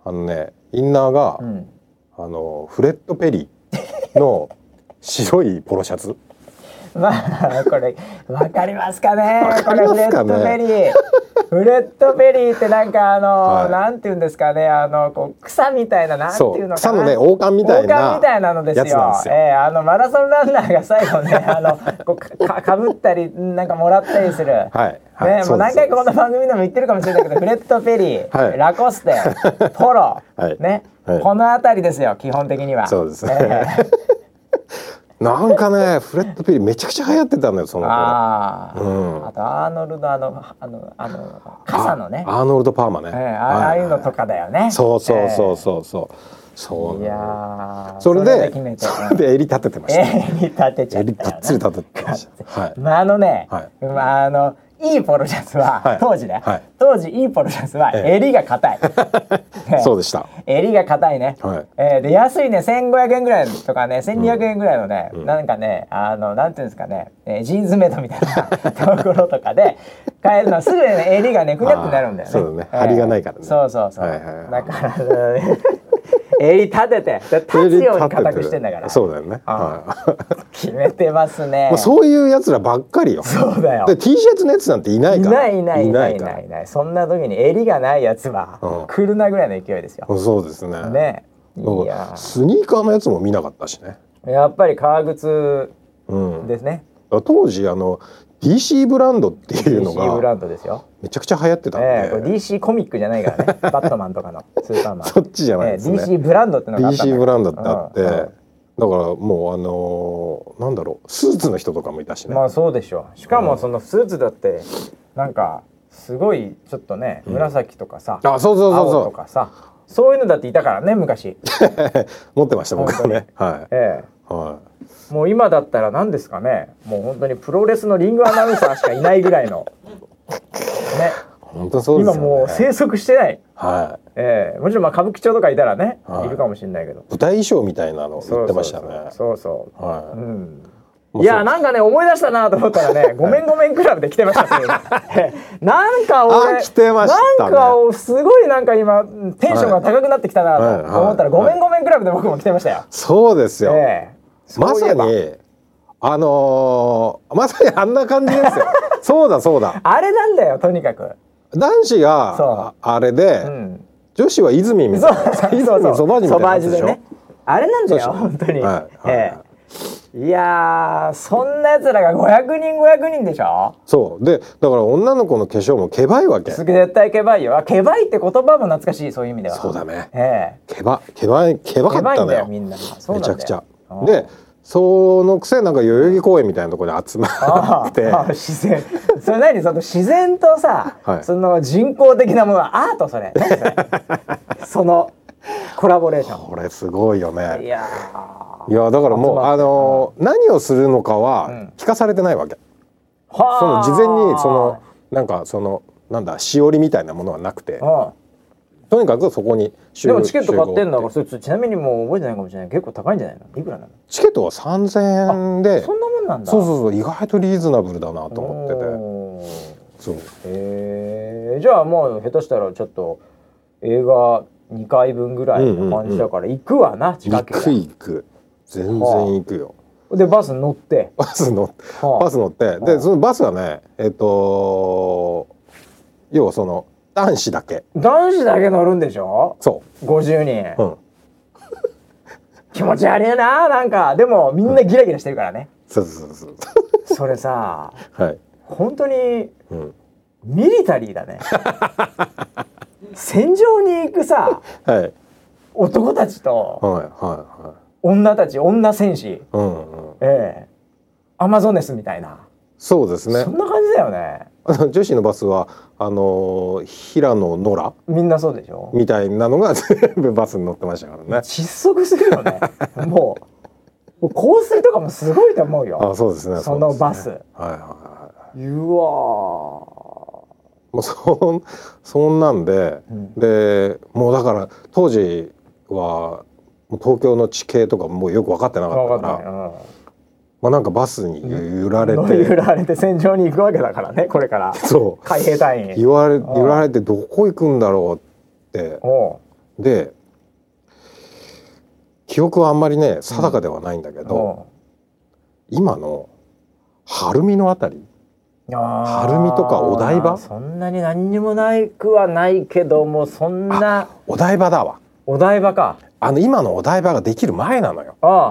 S2: あのねインナーが、
S1: うん、
S2: あのフレッド・ペリーの白いポロシャツ。
S1: まあこれわかりますかね
S2: わ
S1: こ
S2: か
S1: れ
S2: り
S1: フ
S2: ま
S1: レ
S2: す
S1: ッ
S2: か
S1: トベ
S2: ね
S1: リーフレットベリーってなんかあの、
S2: はい
S1: なんて言うんですかねあのこう草みたいななんて
S2: そ
S1: いう
S2: う
S1: のか
S2: 草
S1: な
S2: のね王冠みたい
S1: 王冠
S2: な
S1: みたいなのですよ
S2: やつなんですよ
S1: ええあのマラソンランナーが最後ねあのこうかかぶったりなんかもらったりする、
S2: はいはい
S1: ね、も
S2: そううで
S1: 何
S2: す
S1: 回かこの番組でも言ってるかもしれないけどフレット・ペリー、
S2: はい
S1: ラコ
S2: *laughs*
S1: ステポロ、
S2: はい
S1: ね、
S2: はい
S1: この辺りですよ基本的には
S2: そう *laughs* ですね
S1: ええ
S2: なんかねフレッド・ペリーめちゃくちゃ流行ってたのよその頃。
S1: ああ、
S2: うん
S1: あとアーノルドあのあのあの傘のね、
S2: あアーノルド・パーマね。
S1: ええあ
S2: は
S1: ああ
S2: い
S1: いうのとかだよね。
S2: そうそうそう
S1: え
S2: そうそう。そ
S1: え
S2: う
S1: い
S2: な
S1: や
S2: の
S1: ー
S2: それで
S1: 決めて、
S2: それで襟立ててました。
S1: ええに立てちゃったよね
S2: 襟がっつり立ててました。はい。
S1: まああのね、
S2: はい
S1: まああのいいポロシャツは、
S2: はい
S1: 当時ね、
S2: はい
S1: 当時いいポロシャツは
S2: ええ
S1: 襟が硬い、ね
S2: そうでした。
S1: 襟が硬いね、
S2: はい
S1: えーで安いね1500円ぐらいとかね1200円ぐらいのね、なんかねあのなんていうんですかね、えージーンズメイドみたい
S2: *laughs*
S1: なところとかで買えるのはすぐね襟がねくにゃってなるんだよね
S2: あーそうだね張りがないからね
S1: そうそうそう、
S2: はいはいはい
S1: だから、ね、 *laughs* 襟立てて立つように固くしてんだから
S2: そうだよね。
S1: あ
S2: はい。 *laughs*
S1: 決めてますね、
S2: まあそういう奴らばっかり
S1: *laughs*
S2: よ。
S1: そうだよ
S2: で T シャツのやつなんていない
S1: い
S2: から。
S1: ないいないいないい
S2: から
S1: ないいないそんな時に襟がないやつ
S2: う
S1: は
S2: ん
S1: 来るなぐらいの勢いですよ、
S2: そうですね。
S1: ねい
S2: なん
S1: や
S2: かスニーカーのやつも見なかったしね。
S1: やっぱり革靴
S2: うん。
S1: ですね、
S2: 当時あの DC ブランドっていうの
S1: DC ブラ
S2: が
S1: ンドですよ
S2: めちゃくちゃ流行ってたんで、
S1: ええこれ DC コミックじゃないからねバットマンとかのスーパーマン
S2: *laughs* そっちじゃないですね。
S1: ええ DC ブランドってのがあったんだ
S2: DC
S1: よ
S2: ブランドってあって、
S1: うん
S2: だからもうあのーなんだろうスーツの人とかもいたしね、
S1: まあそうでしょうしかもそのスーツだってなんかすごいちょっとね紫とかさ、
S2: あ、そうそうそう
S1: 青と
S2: そ
S1: かさそういうのだっていたからね昔、
S2: う *laughs* 持ってました僕はねは
S1: え
S2: い、は
S1: え、もう今だったら何ですかねもう本当にプロレスのリングアナウンサーしかいないぐらいのね
S2: い、本当そうです
S1: 今
S2: よね
S1: もう生息してない、
S2: はい
S1: ええ、もちろんまあ歌舞伎町とかいたらね、
S2: はい
S1: い、るかもしれないけど
S2: 舞台衣装みたいなの売ってましたね
S1: そうそう
S2: は
S1: そう、
S2: い
S1: うん、
S2: もう
S1: いやなんかね思い出したなと思ったらね「ごめんごめんクラブ」で来てましたそういえば
S2: *laughs*
S1: なんか
S2: あ
S1: 俺
S2: 来てました
S1: な
S2: ね
S1: んかおすごいなんか今テンションが高くなってきたなと思ったら「
S2: はい
S1: ご
S2: はい
S1: め
S2: はい
S1: んごめんクラブ」で僕も来てましたよ。
S2: そうですよ、
S1: ええ
S2: ま
S1: そうい
S2: さ
S1: えば
S2: にあのーまさにあんな感じ
S1: *laughs*
S2: ですよそうだそうだ
S1: あれなんだよとにかく。
S2: 男子
S1: そ
S2: があれで、
S1: うん、
S2: 女子は泉み
S1: そ
S2: た
S1: う
S2: いな
S1: そうそう
S2: そば味みたいなやつで
S1: で
S2: しょ
S1: ねあれなんだよ
S2: そうでしょ
S1: 本当に。
S2: はいはい
S1: ええいやーそんなやつらが500人500人でしょ
S2: そうでだから女の子の化粧もけばいわけそ
S1: すぐ絶対ケバいよあケバいって言葉も懐かしいそういう意味では
S2: うだね
S1: ええ
S2: けばけばいけばか
S1: やば
S2: っ
S1: い
S2: た
S1: ん
S2: の
S1: だ
S2: よ
S1: よみんなそうな
S2: め
S1: んだよ
S2: ちゃくちゃ
S1: うん
S2: でそのくせなんか代々木公園みたいなところで集ま
S1: ああ
S2: って
S1: ああ自然それ何その自然とさ、
S2: はい
S1: その人工的なものはアートそれ何
S2: *laughs*
S1: それそのコラボレーショ
S2: これすごいよ
S1: ンい
S2: ね
S1: や
S2: いやだから
S1: 集
S2: もう
S1: まって
S2: あのー何をするのか
S1: ん
S2: は聞かされてないわけ
S1: そ
S2: その事前にそのなんかそのなんだしおりみたいなものはなくてとにかくそこに集
S1: でもチケット買ってんだか
S2: 集合
S1: らそれちなみにもう覚えてないかもしれない結構高いんじゃないのいくらなの
S2: チケットは3,000円で
S1: そんなもんなんだ
S2: そうそうそう意外とリーズナブルだなと思っ
S1: 思ってて
S2: ててそう
S1: へえじゃあもう下手したらちょっと映画2回分ぐらいの感じだから行くわな近
S2: 行
S1: くが
S2: く行く全然行くよ
S1: でバス乗って、
S2: バス乗って
S1: はあ
S2: バス乗って
S1: は
S2: で
S1: あ
S2: そのバスはねえっと要はその男子だけ
S1: 男子だけ乗るんでしょ
S2: そ
S1: 50人、
S2: ううん
S1: 気持ち悪いななんかでもみんなギラギラしてるからね、
S2: そうそうそう *laughs*
S1: それさ
S2: そうはい
S1: 本当に
S2: うん
S1: ミリタリーだ
S2: *laughs*
S1: ね戦場に行くさ
S2: はいはい
S1: 男たちと
S2: はいは
S1: 女たち女戦士
S2: いうんうん
S1: ええアマゾネスみたいな、
S2: そうですね
S1: そんな感じだよね
S2: あの女子のバスはあのー平野ノラ
S1: みんなそうでしょ
S2: みたいなのが *laughs* 全部バスに乗ってましたからね
S1: 窒息するよ
S2: *laughs*
S1: ねもうもう香水とかもすごいと思うよ
S2: あそうですね
S1: その
S2: うで
S1: バ
S2: す
S1: ス
S2: ねはいはいはいう
S1: わ
S2: もうそんそんなんで、
S1: うん
S2: でもうだから当時はもう東京の地形とかもうよく分かってな
S1: ー
S2: か
S1: 分
S2: ったか
S1: からったね、
S2: まあ、なんかバスに揺ら
S1: う
S2: れ
S1: ん、
S2: て、
S1: 乗り揺られて戦場に行くわけだからねこれ
S2: *laughs*
S1: から *laughs*
S2: そう
S1: 海兵隊員
S2: 言われ
S1: ん
S2: 揺られてどこ行くんだろうって
S1: おう
S2: で記憶はあんまりね定かではないんだけど、
S1: お
S2: 今の晴海のあたり
S1: うあー
S2: 晴海とかお台場
S1: そんなに何にもないくはないけどもそんな
S2: お台場だわ
S1: お台場か
S2: あの今のお台場ができる前なのよ
S1: あああ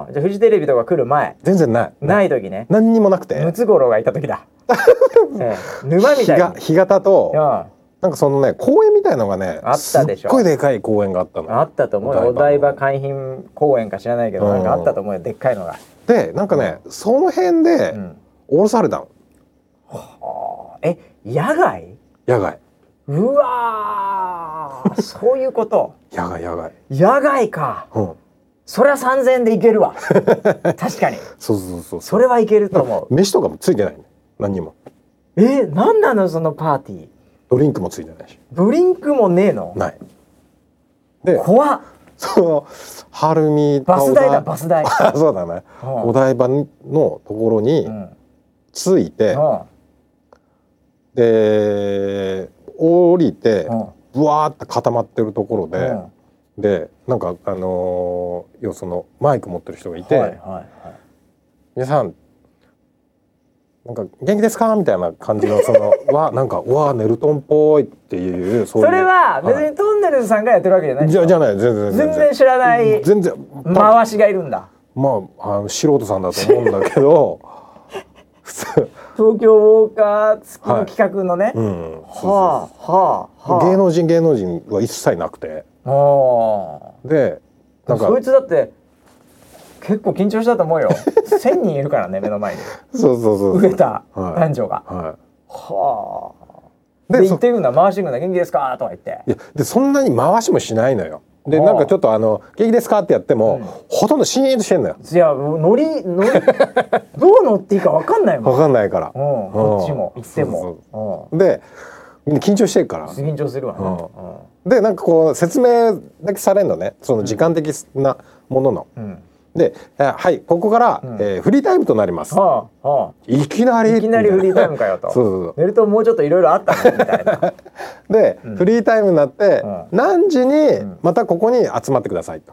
S1: あああじゃあフジテレビとか来る前
S2: 全然ない
S1: ない時ね
S2: 何にもなくて
S1: ムツゴロウがいた時
S2: *laughs*
S1: だ、ええ沼み
S2: 日
S1: たい
S2: が
S1: な
S2: 日潟と
S1: うん
S2: なんかそのね公園みたいのがね
S1: あったでしょ
S2: すっごいでかい公園があったの
S1: あったと思うよお
S2: お
S1: 台
S2: 台場
S1: 場海浜公園か知らないけど、
S2: うん
S1: なんかあったと思うよでっかいのが、
S2: でなんかねその辺
S1: う
S2: で
S1: ん
S2: 降ろされたの
S1: はあえ野外
S2: 野外
S1: うわーそういうこと *laughs*
S2: 野外野外
S1: 野外か
S2: うん
S1: そりゃ3,000円でいけ
S2: *laughs*
S1: るわ確かに
S2: そうそうそう
S1: それはいけると思う
S2: 飯とかもついてないの何にも
S1: えー、なんなのそのパーティー
S2: ドリンクもついてないし
S1: ドリンクもねえの
S2: ないで
S1: 怖っ
S2: その晴海と
S1: バス代だ
S2: お
S1: バス
S2: *laughs*
S1: 代、
S2: 台そうだね
S1: うん
S2: お台場のところに
S1: うん
S2: 着いて、
S1: う
S2: で降りて
S1: んうん
S2: ぶわーって固まってるところで、
S1: うん
S2: でなんかあのー要するにそのマイク持ってる人がいて「
S1: はいはいはい
S2: 皆さんなんか元気ですか?」みたいな感じのそ
S1: *laughs*
S2: の「わなんかうわネルトンっぽい」っていうそ
S1: そう
S2: いう
S1: れは別
S2: は
S1: にトンネルズさんがやってるわけじゃないんで
S2: じ
S1: しょ
S2: ゃじゃない全然
S1: 全然知らない
S2: 全然まあ
S1: 回しがいるんだ
S2: あの素人さんだと思うんだけど *laughs* 普通
S1: 東京ウォーカー付きの企画のね、
S2: うん
S1: はあはあはあ
S2: 芸能人芸能人は一切なくて
S1: 能
S2: でなんか
S1: そいつだって結構緊張したと思う
S2: *laughs*
S1: よ千人いるからね目の前に
S2: そうそうそう
S1: 植えた
S2: はい
S1: 男女が、
S2: は
S1: はあ
S2: い
S1: で
S2: で
S1: 行
S2: そ
S1: ってくんだ回してくんだ元気ですかとか言って
S2: いやでそんなに回しもしないのよで
S1: はあ
S2: なんかちょっとあの「元気ですか?」ってやっても、
S1: うん
S2: ほとんどシーンとしてんのよ
S1: いや乗り乗りどう乗っていいか分かんないもん、う
S2: わ
S1: ん、
S2: かんないから、
S1: こっちも行っても
S2: そう
S1: う
S2: でみんな緊張してるから
S1: ん緊張するわね、
S2: でなんかこう説明だけされるのねその時間的なものの。
S1: うんうん
S2: で「あはいここから、
S1: うん
S2: えーフリータイムとなります」
S1: はあはあ
S2: いきなり
S1: いきなりフリータイムかよと
S2: そうそう
S1: 寝るともうちょっといろいろあったのみたい
S2: *laughs*
S1: な
S2: そうで、
S1: うん
S2: フリータイムになって、
S1: う
S2: 何時に
S1: ん
S2: またここに集まってくださいと。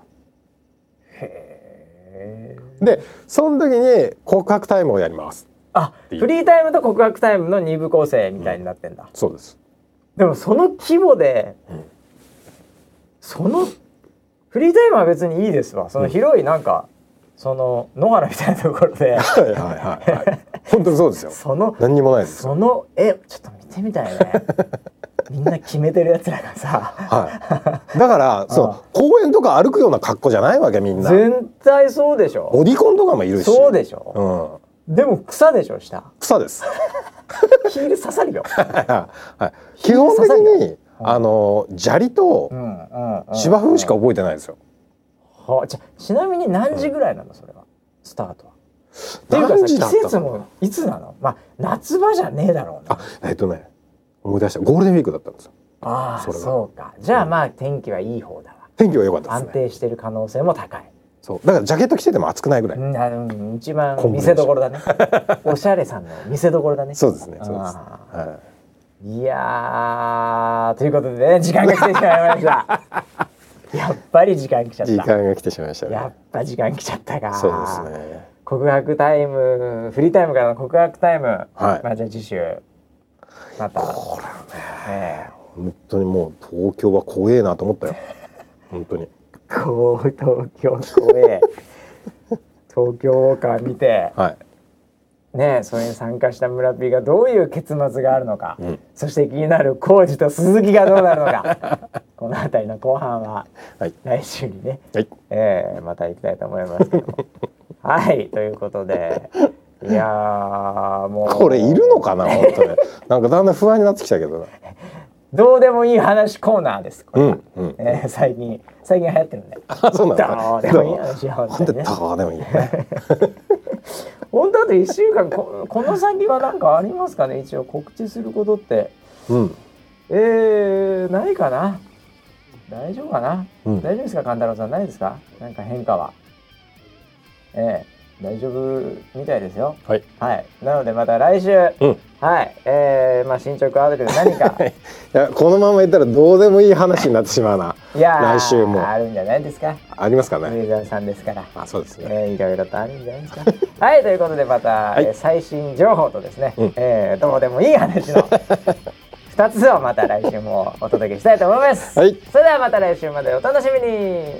S1: へえ
S2: でその時に告白タイムをやります。
S1: あフリータイムと告白タイムの2部構成みたいになってんだ、
S2: そ
S1: *laughs*
S2: うです。
S1: でもその規模で、そのフリータイムは別にいいですわその広いなんか、その野原みたいなところ
S2: *laughs*
S1: で
S2: はいはいはい、はい、本当にそうですよ。
S1: その
S2: 何にもないですよ。
S1: その絵ちょっと見てみたい
S2: *laughs*
S1: ねみんな決めてるやつらがさ
S2: はい。だからその公園とか歩くような格好じゃないわけみんな。
S1: 全体そうでしょ
S2: ボディコンとかもいるし。
S1: そうでし
S2: う
S1: ょ、
S2: ん。
S1: でも草でしょ下 *laughs*
S2: 草です。
S1: ヒール刺さる
S2: *laughs*
S1: よ
S2: はい、基本的にあの砂利と
S1: うんうん、うん、
S2: 芝生しか覚えてないですよ。
S1: はあ、じゃちなみに何時ぐらいなのそれはスタートは。っていうか
S2: 何
S1: さ季
S2: 時だったの
S1: 節もいつなのまあ夏場じゃねえだろうな
S2: あえっとね思い出したゴールデンウィークだったんですよ。
S1: ああ
S2: それは
S1: そうかじゃあまあ天気はいい方だわ
S2: 天気は良かった
S1: 安
S2: ですね。
S1: 定してる可能性も高い、
S2: そうだからジャケット着てても暑くないぐらい。
S1: うんあの一番
S2: コンビネ
S1: 見
S2: ーシ
S1: せ
S2: ョン
S1: どころだね *laughs* おしゃれさんの見せどころだね
S2: そうですね。そうです。
S1: あ
S2: はい
S1: ーいやーということでね時間が来てしまいました
S2: *laughs*
S1: やっぱり時間来ちゃっ
S2: 時
S1: た
S2: 間が来てしまいました
S1: や
S2: ね
S1: っ。ぱ時間来ちゃったか
S2: そうですね。
S1: 告白タイムフリータイムからの告白タイム、
S2: はい
S1: まあじゃあ次週またこれね
S2: 本当にもう東京は怖えなと思ったよ。 *laughs* 本当に。
S1: こう東京公へ
S2: *laughs*
S1: 東京ウォーカー見て
S2: はい。
S1: ねえそれに参加した村 P がどういう結末があるのか、
S2: うん
S1: そして気になる浩二と鈴木がどうなるの
S2: *laughs*
S1: かこの辺りの後半は
S2: はい。
S1: 来週にね
S2: はい。
S1: えー、また行きたいと思いますけど
S2: *laughs*
S1: もはいということでいやーもう
S2: これいる
S1: *laughs*
S2: のかな本当に。なんかだんだん不安になってきたけどな。
S1: どうでもいい話コーナーです。こ
S2: う
S1: れ
S2: んうん。
S1: えー最近最近流行ってるんで。
S2: あそうなんだ。
S1: どうでもいい話は
S2: 本
S1: 本
S2: 当
S1: 当
S2: に
S1: に
S2: ど
S1: ね。
S2: うでもいい
S1: *laughs*
S2: よね。
S1: 本当だと一週間ここの先は何かありますかね一応告知することって
S2: うん。
S1: えー、ないかな大丈夫かな、
S2: うん
S1: 大丈夫ですか勘太郎さんないですかなんか変化はええ大丈夫みたいですよ
S2: はい。
S1: はいなのでまた来週、
S2: うん。
S1: はいえー、まあ進捗アウトで何
S2: *laughs*
S1: か
S2: いやこのままいったらどうでもいい話になってしまうな。
S1: いやー
S2: 来週も
S1: あるんじゃないですか
S2: ありますかね。
S1: 上澤さんですから
S2: あそうですね。
S1: えー、いろいろとあるんじゃないですか。 *laughs* はい、ということでまた、
S2: い
S1: えー最新情報とですね、
S2: うん
S1: えーどうでもいい話
S2: *laughs*
S1: の2つをまた来週もお届けしたいと思います。
S2: はい
S1: それではまた来週までお楽しみに